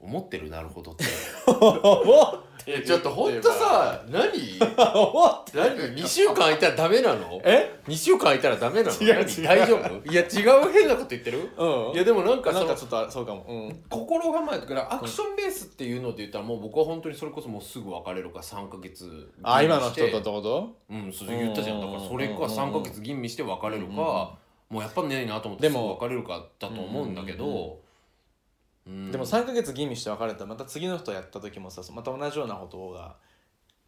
[SPEAKER 2] 思ってるなるほどって
[SPEAKER 1] 思って
[SPEAKER 2] えちょっとほんとさ何
[SPEAKER 1] 思っ
[SPEAKER 2] 何2週間空いたらダメなの
[SPEAKER 1] え
[SPEAKER 2] 2週間空いたらダメなの
[SPEAKER 1] 違う
[SPEAKER 2] 何
[SPEAKER 1] 違う
[SPEAKER 2] 大丈夫いや違う変なこと言ってる
[SPEAKER 1] うん
[SPEAKER 2] いやでもなんか
[SPEAKER 1] な
[SPEAKER 2] そ
[SPEAKER 1] ん
[SPEAKER 2] の
[SPEAKER 1] かちょっとあそうかもうん
[SPEAKER 2] 心構えだからアクションベースっていうので言ったらもう僕は本当にそれこそもうすぐ別れるか3ヶ月
[SPEAKER 1] あ今の人と
[SPEAKER 2] と
[SPEAKER 1] ってこと
[SPEAKER 2] うんそれ言ったじゃんだからそれか3ヶ月吟味して別れる
[SPEAKER 1] うんうんうん
[SPEAKER 2] かもうやっぱねえなと思って
[SPEAKER 1] です
[SPEAKER 2] ぐ
[SPEAKER 1] も
[SPEAKER 2] 別れるかだと思うんだけどうん
[SPEAKER 1] でも3ヶ月吟味して別れたらまた次の人やった時もさまた同じようなことが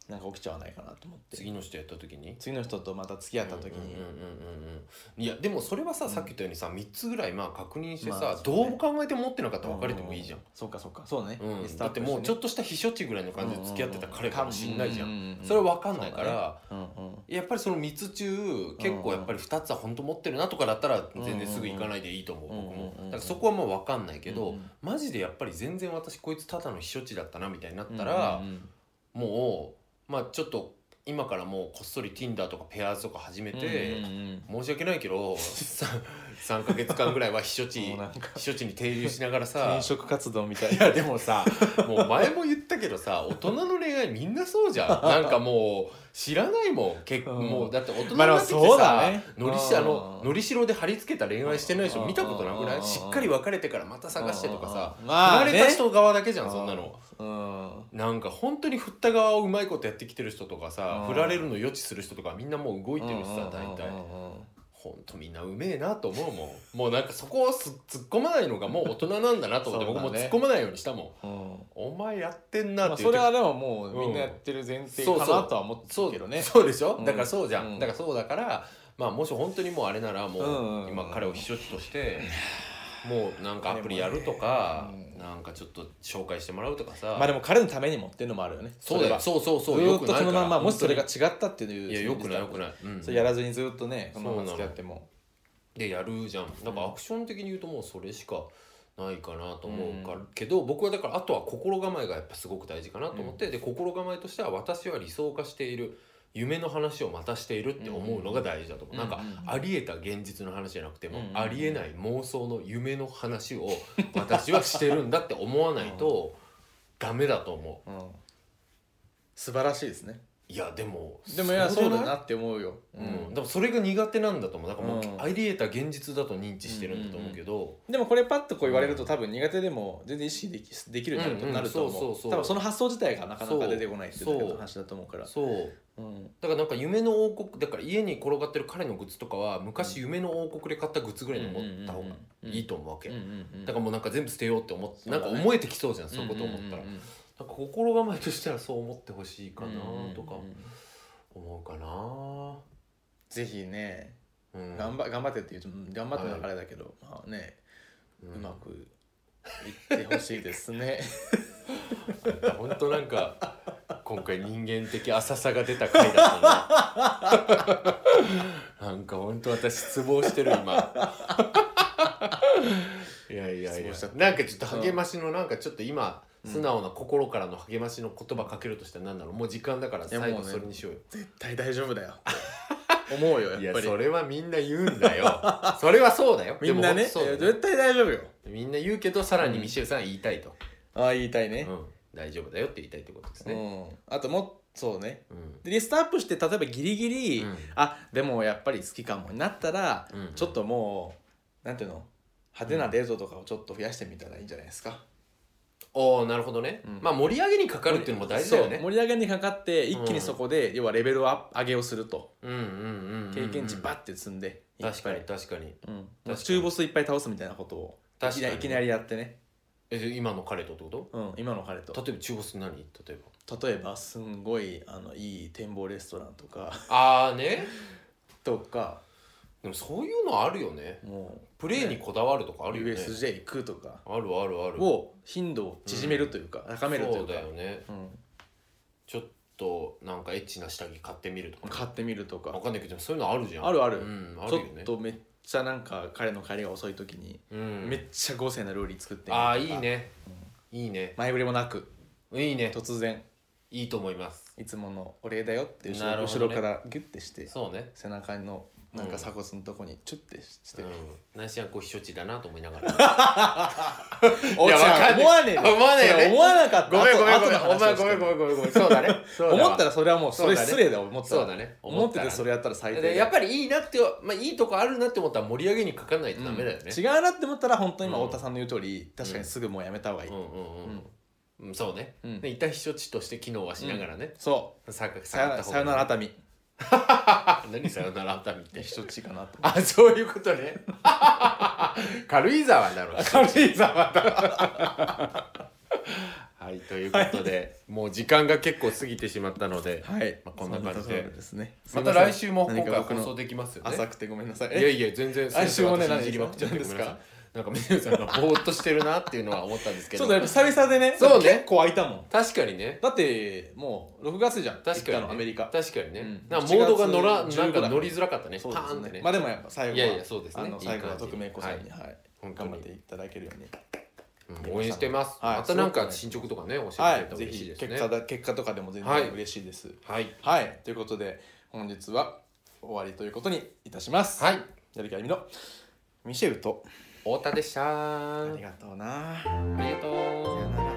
[SPEAKER 1] なんか起きちゃわないかなと思って
[SPEAKER 2] 次の人やった時に
[SPEAKER 1] 次の人とまた付き合った時
[SPEAKER 2] うん
[SPEAKER 1] に、
[SPEAKER 2] うんうんうんうんいやでもそれはささっき言ったようにさ3つぐらいまあ確認してさ、
[SPEAKER 1] まあそうね
[SPEAKER 2] どう考えても持ってなかったら別れてもいいじゃん、
[SPEAKER 1] そうかそうかそうね、
[SPEAKER 2] うん
[SPEAKER 1] リスト
[SPEAKER 2] だ
[SPEAKER 1] ア
[SPEAKER 2] っ
[SPEAKER 1] ッ
[SPEAKER 2] て
[SPEAKER 1] プ
[SPEAKER 2] もうちょ
[SPEAKER 1] し
[SPEAKER 2] っとした避暑地ぐらいの
[SPEAKER 1] ね
[SPEAKER 2] 感じで付き合ってた彼かもしんないじゃん,、
[SPEAKER 1] うううう
[SPEAKER 2] それは分かんないから、
[SPEAKER 1] そうだねうんうん
[SPEAKER 2] やっぱりその3つ中結構やっぱり2つは本当持ってるなとかだったら全然すぐ行かないでいいと思う、
[SPEAKER 1] うんうんうん
[SPEAKER 2] 僕
[SPEAKER 1] うんう
[SPEAKER 2] も
[SPEAKER 1] んうん
[SPEAKER 2] だからそこはもう分かんないけど、
[SPEAKER 1] うんうん
[SPEAKER 2] マジでやっぱり全然私こいつただの避暑地だったなみたいになったら、
[SPEAKER 1] うんうんうん
[SPEAKER 2] もうまあちょっと今からもうこっそり Tinder とかペアーズとか始めて、
[SPEAKER 1] うんうんうん
[SPEAKER 2] 申し訳ないけどさ3か月間ぐらいは避暑地
[SPEAKER 1] も
[SPEAKER 2] 避
[SPEAKER 1] うなんか
[SPEAKER 2] 暑地に停留しながらさ
[SPEAKER 1] 転職活動みたい
[SPEAKER 2] い
[SPEAKER 1] な
[SPEAKER 2] やでも さもう前も言ったけどさ大人の恋愛みんなそうじ ゃんなんかもう知らないもん結構、
[SPEAKER 1] うん
[SPEAKER 2] もうだって大人に
[SPEAKER 1] まあでも
[SPEAKER 2] なってきて
[SPEAKER 1] そう
[SPEAKER 2] さ、
[SPEAKER 1] だね
[SPEAKER 2] のりしあの
[SPEAKER 1] うん
[SPEAKER 2] のりしろで貼り付けた恋愛してない人見たことなくな
[SPEAKER 1] う
[SPEAKER 2] い
[SPEAKER 1] ん
[SPEAKER 2] しっかり別れてからまた探してとかさ
[SPEAKER 1] うん
[SPEAKER 2] 振
[SPEAKER 1] ま
[SPEAKER 2] ら
[SPEAKER 1] あね
[SPEAKER 2] れた人側だけじゃんそんなの。
[SPEAKER 1] うん
[SPEAKER 2] なんか本当に振った側をうまいことやってきてる人とかさ
[SPEAKER 1] うん
[SPEAKER 2] 振られるの予知する人とかみんなもう動いてるしさ大体
[SPEAKER 1] うんうんうん
[SPEAKER 2] ほんとみんなうめえなと思うもんもうなんかそこをす突っ込まないのがもう大人なんだなと思って
[SPEAKER 1] そう
[SPEAKER 2] 僕
[SPEAKER 1] だね
[SPEAKER 2] も突っ込まないようにしたもん
[SPEAKER 1] うんうん
[SPEAKER 2] お前やってんな
[SPEAKER 1] ま
[SPEAKER 2] っ
[SPEAKER 1] あ
[SPEAKER 2] て
[SPEAKER 1] そ
[SPEAKER 2] 言っ
[SPEAKER 1] れ
[SPEAKER 2] て
[SPEAKER 1] はでももう
[SPEAKER 2] うん
[SPEAKER 1] みんなやってる前提
[SPEAKER 2] そう
[SPEAKER 1] か
[SPEAKER 2] そう
[SPEAKER 1] なとは思って
[SPEAKER 2] そ
[SPEAKER 1] る
[SPEAKER 2] う
[SPEAKER 1] けどね
[SPEAKER 2] そうでしょ、
[SPEAKER 1] うん
[SPEAKER 2] だからそうじゃん、
[SPEAKER 1] うん
[SPEAKER 2] だからそうだからまあもし本当にもうあれならもう,、
[SPEAKER 1] うんうんうん
[SPEAKER 2] 今彼を秘書地と してもうなんかアプリやるとか、
[SPEAKER 1] でもねうん
[SPEAKER 2] なんかちょっと紹介してもらうとかさ、
[SPEAKER 1] まあでも彼のためにもっていうのもあるよね
[SPEAKER 2] そうだよ
[SPEAKER 1] そ
[SPEAKER 2] そうそう
[SPEAKER 1] れ
[SPEAKER 2] そう
[SPEAKER 1] は
[SPEAKER 2] よく
[SPEAKER 1] ずっ
[SPEAKER 2] ない
[SPEAKER 1] と
[SPEAKER 2] か
[SPEAKER 1] そ
[SPEAKER 2] ら
[SPEAKER 1] のまんまもしそれが
[SPEAKER 2] 本
[SPEAKER 1] 違ったってい
[SPEAKER 2] 当
[SPEAKER 1] う
[SPEAKER 2] にいやよくないよく
[SPEAKER 1] い
[SPEAKER 2] ない、うん、
[SPEAKER 1] それやらずにずっとねこのまま
[SPEAKER 2] そうなの
[SPEAKER 1] 付き合っても
[SPEAKER 2] でやるじゃんだからアクション的に言うともうそれしかないかなと思うか、
[SPEAKER 1] うん
[SPEAKER 2] けど僕はだからあとは心構えがやっぱすごく大事かなと思って、で心構えとしては私は理想化している夢の話をまたしているって思うのが大事だと思う、
[SPEAKER 1] うん
[SPEAKER 2] なんか
[SPEAKER 1] うん
[SPEAKER 2] ありえた現実の話じゃなくても、
[SPEAKER 1] うん
[SPEAKER 2] ありえない妄想の夢の話を私はしてるんだって思わないとダメだと思
[SPEAKER 1] うん素晴らしいですね
[SPEAKER 2] ういやでも
[SPEAKER 1] でもいや
[SPEAKER 2] そ
[SPEAKER 1] そう
[SPEAKER 2] うだ
[SPEAKER 1] だ
[SPEAKER 2] な
[SPEAKER 1] なって思うよ
[SPEAKER 2] うん、でもそれが苦手なんだと思うだからもう、
[SPEAKER 1] うん
[SPEAKER 2] ありえた現実だと認知してるんだと思うけど、
[SPEAKER 1] でもこれパッとこう言われると多分苦手でも全然意識できできるようになるとなる
[SPEAKER 2] うん
[SPEAKER 1] と
[SPEAKER 2] う
[SPEAKER 1] 思
[SPEAKER 2] んそうそうそう
[SPEAKER 1] う多分その発想自体がなかなか出てこないっていうだけの話だと思うから
[SPEAKER 2] そう
[SPEAKER 1] うん
[SPEAKER 2] だからなんか夢の王国だから家に転がってる彼のグッズとかは昔夢の王国で買ったグッズぐらいの持った方がいいと思うわけ
[SPEAKER 1] うんうんうん
[SPEAKER 2] だからもうなんか全部捨てようって思って
[SPEAKER 1] そう
[SPEAKER 2] な
[SPEAKER 1] だ
[SPEAKER 2] ん
[SPEAKER 1] ね
[SPEAKER 2] か思えてきそうじゃんそういうことを思ったらなん
[SPEAKER 1] う
[SPEAKER 2] か
[SPEAKER 1] んうんうん
[SPEAKER 2] 心構えとしてはそう思ってほしいかなとか
[SPEAKER 1] うんうんうん
[SPEAKER 2] 思うかな
[SPEAKER 1] ぜひね
[SPEAKER 2] うん
[SPEAKER 1] 頑張頑張ってっていうとうん頑張ってのはあれだけどまあね
[SPEAKER 2] う
[SPEAKER 1] うんまくいってほしいで すね
[SPEAKER 2] 本当なんか今回人間的浅さが出た回だ ったななんか本当私失望してる今 いやいやい
[SPEAKER 1] 失
[SPEAKER 2] や
[SPEAKER 1] 望しちゃった
[SPEAKER 2] なんかちょっと励ましのなんかちょっと今素直な心からの励ましの言葉かけるとしたら何なのもう時間だから
[SPEAKER 1] いや
[SPEAKER 2] 最
[SPEAKER 1] も
[SPEAKER 2] 後
[SPEAKER 1] うね
[SPEAKER 2] それにしようよ
[SPEAKER 1] 絶対大丈夫だよって思うよ
[SPEAKER 2] いや
[SPEAKER 1] やっぱり
[SPEAKER 2] それはみんな言うんだ よそれはそうだよ
[SPEAKER 1] みんなね
[SPEAKER 2] でも本当そうだよ
[SPEAKER 1] 絶対大丈夫よ
[SPEAKER 2] みんな言うけどさらにミシェルさんは言いたいと、
[SPEAKER 1] ああ言いたいね
[SPEAKER 2] うん大丈夫だよって言いたいってことです
[SPEAKER 1] う
[SPEAKER 2] ね、
[SPEAKER 1] んあともそうね
[SPEAKER 2] うん
[SPEAKER 1] でリストアップして例えばギリギリ、
[SPEAKER 2] うん
[SPEAKER 1] あでもやっぱり好きかもになったら、
[SPEAKER 2] うん
[SPEAKER 1] ちょっともうなんていうの派手なデートとかをちょっと増やしてみたらいいんじゃないですか。
[SPEAKER 2] おおなるほどね、
[SPEAKER 1] うん
[SPEAKER 2] まあ盛り上げにかかるっていうのも大事だよね
[SPEAKER 1] そう盛り上げにかかって一気にそこで、要はレベルをアップ上げをすると
[SPEAKER 2] うんうんうんうんうん
[SPEAKER 1] 経験値バッて積んで、いっ
[SPEAKER 2] 確か
[SPEAKER 1] ぱい
[SPEAKER 2] に確かに
[SPEAKER 1] うん、
[SPEAKER 2] かに
[SPEAKER 1] 中ボスいっぱい倒すみたいなことをい
[SPEAKER 2] 確
[SPEAKER 1] き
[SPEAKER 2] か
[SPEAKER 1] な
[SPEAKER 2] に
[SPEAKER 1] いきなりやってね、
[SPEAKER 2] えで今の彼とってこ
[SPEAKER 1] うん、今の彼
[SPEAKER 2] と
[SPEAKER 1] と
[SPEAKER 2] 例えば中ボス何例え
[SPEAKER 1] 例えばすんごいあのいい展望レストランとか
[SPEAKER 2] ばああね
[SPEAKER 1] とか
[SPEAKER 2] でもそういうのあるよね
[SPEAKER 1] も
[SPEAKER 2] プレーにこだわるとかあ
[SPEAKER 1] う
[SPEAKER 2] るよね
[SPEAKER 1] USJ 行くとか
[SPEAKER 2] あるあるある
[SPEAKER 1] を頻度を縮めるというか、高めるとい
[SPEAKER 2] そうう
[SPEAKER 1] か
[SPEAKER 2] だよね
[SPEAKER 1] う
[SPEAKER 2] ちょっとなんかエッチな下着買ってみると
[SPEAKER 1] ん、
[SPEAKER 2] か
[SPEAKER 1] 買ってみると
[SPEAKER 2] わ
[SPEAKER 1] か
[SPEAKER 2] かんないけどそういうのあるじゃん
[SPEAKER 1] あるある
[SPEAKER 2] うん、あ
[SPEAKER 1] ち
[SPEAKER 2] る
[SPEAKER 1] ょ
[SPEAKER 2] よね
[SPEAKER 1] っとめっちゃなんか彼の帰りが遅い時に
[SPEAKER 2] うん
[SPEAKER 1] めっちゃ豪勢な料理作ってみるとか
[SPEAKER 2] ああいいねいいね
[SPEAKER 1] 前触れもなく
[SPEAKER 2] いいね
[SPEAKER 1] 突然
[SPEAKER 2] いいと思います
[SPEAKER 1] いつものお礼だよって後
[SPEAKER 2] な
[SPEAKER 1] ろ,、
[SPEAKER 2] るほ
[SPEAKER 1] 後
[SPEAKER 2] ど
[SPEAKER 1] ろ
[SPEAKER 2] ね
[SPEAKER 1] からギュッてして
[SPEAKER 2] そうね
[SPEAKER 1] 背中のなん
[SPEAKER 2] う
[SPEAKER 1] か
[SPEAKER 2] ん
[SPEAKER 1] 鎖骨のとこにチュッてして、
[SPEAKER 2] うん、ナイスヤンコ避暑地だなと思いながら
[SPEAKER 1] お
[SPEAKER 2] いや
[SPEAKER 1] ち
[SPEAKER 2] わ
[SPEAKER 1] ゃ
[SPEAKER 2] かんない
[SPEAKER 1] ん思わねえよ
[SPEAKER 2] 思わねえよね
[SPEAKER 1] それ思わなかった
[SPEAKER 2] ごめんごめん
[SPEAKER 1] 後
[SPEAKER 2] ごめん
[SPEAKER 1] 後の
[SPEAKER 2] お
[SPEAKER 1] 話
[SPEAKER 2] 前
[SPEAKER 1] をし
[SPEAKER 2] ご
[SPEAKER 1] て
[SPEAKER 2] めんごめん
[SPEAKER 1] る
[SPEAKER 2] ごめんごめんそうだ ねそうだわ
[SPEAKER 1] 思ったらそれはもうそ
[SPEAKER 2] そう
[SPEAKER 1] れ
[SPEAKER 2] だね
[SPEAKER 1] 失礼だよ思ったら
[SPEAKER 2] そうだね
[SPEAKER 1] 思って
[SPEAKER 2] 思った
[SPEAKER 1] て
[SPEAKER 2] ら
[SPEAKER 1] それやったら最低だよ
[SPEAKER 2] でやっぱりいいなって、まあ、いいとこあるなって思ったら盛り上げにかかんないとダメだよね、
[SPEAKER 1] うん違うなって思ったら本当に今太田さんの言う通り、確かにすぐもうやめた方がいい、
[SPEAKER 2] うんうんうん、うん、そうね、
[SPEAKER 1] うん
[SPEAKER 2] で一旦避暑地として機能はしながらね、
[SPEAKER 1] そう
[SPEAKER 2] さか
[SPEAKER 1] さよならさよなら熱海
[SPEAKER 2] ら何さよなら熱海って
[SPEAKER 1] 一ちかなと
[SPEAKER 2] あそういうことね 軽井沢だろ軽井沢だはいということで、もう時間が結構過ぎてしまったので、
[SPEAKER 1] はい、
[SPEAKER 2] まあこんな感じで
[SPEAKER 1] そところですね
[SPEAKER 2] また来週も
[SPEAKER 1] 何
[SPEAKER 2] 今
[SPEAKER 1] か
[SPEAKER 2] 回
[SPEAKER 1] 僕
[SPEAKER 2] 放
[SPEAKER 1] の
[SPEAKER 2] 送できますよね
[SPEAKER 1] 浅くてごめんなさい
[SPEAKER 2] いやいや全然
[SPEAKER 1] 来週もね
[SPEAKER 2] 先生私にまくっちゃって
[SPEAKER 1] 何ですか
[SPEAKER 2] ごめんなさいなんか水野さんがぼーっとしてるなっていうのは思ったんですけ
[SPEAKER 1] ち
[SPEAKER 2] ど
[SPEAKER 1] ょっとやっぱ久々でね
[SPEAKER 2] そうね
[SPEAKER 1] 結構空いたもん
[SPEAKER 2] 確かにね
[SPEAKER 1] だってもう6月じゃん
[SPEAKER 2] 確かに
[SPEAKER 1] 行った
[SPEAKER 2] ね
[SPEAKER 1] のアメリカ
[SPEAKER 2] 確かにね、
[SPEAKER 1] うん
[SPEAKER 2] なんかモードが乗らな
[SPEAKER 1] 7月
[SPEAKER 2] ん
[SPEAKER 1] 15
[SPEAKER 2] か乗りづらかったね
[SPEAKER 1] そう
[SPEAKER 2] パ
[SPEAKER 1] です
[SPEAKER 2] ーンってね、
[SPEAKER 1] まあでもやっぱ最後はい
[SPEAKER 2] やいやそうですね
[SPEAKER 1] あの
[SPEAKER 2] いい
[SPEAKER 1] 最後は
[SPEAKER 2] 感じ
[SPEAKER 1] 特命子さんにはい
[SPEAKER 2] 本当に
[SPEAKER 1] 頑張っていただけるように
[SPEAKER 2] うん応援してます、
[SPEAKER 1] はい
[SPEAKER 2] またなん
[SPEAKER 1] そう
[SPEAKER 2] か
[SPEAKER 1] です
[SPEAKER 2] 進捗とかね教えてく
[SPEAKER 1] は
[SPEAKER 2] れた
[SPEAKER 1] い
[SPEAKER 2] ら
[SPEAKER 1] ぜ
[SPEAKER 2] 嬉しい
[SPEAKER 1] ひ
[SPEAKER 2] ですね
[SPEAKER 1] 結果だ結果とかでも全
[SPEAKER 2] はい
[SPEAKER 1] 然嬉しいです
[SPEAKER 2] はい
[SPEAKER 1] はいということで本日は終わりということにいたします
[SPEAKER 2] はい
[SPEAKER 1] やる気ありみのミシェルと
[SPEAKER 2] 太田でした
[SPEAKER 1] あ
[SPEAKER 2] あ
[SPEAKER 1] りがとうな
[SPEAKER 2] りがとう
[SPEAKER 1] さよなら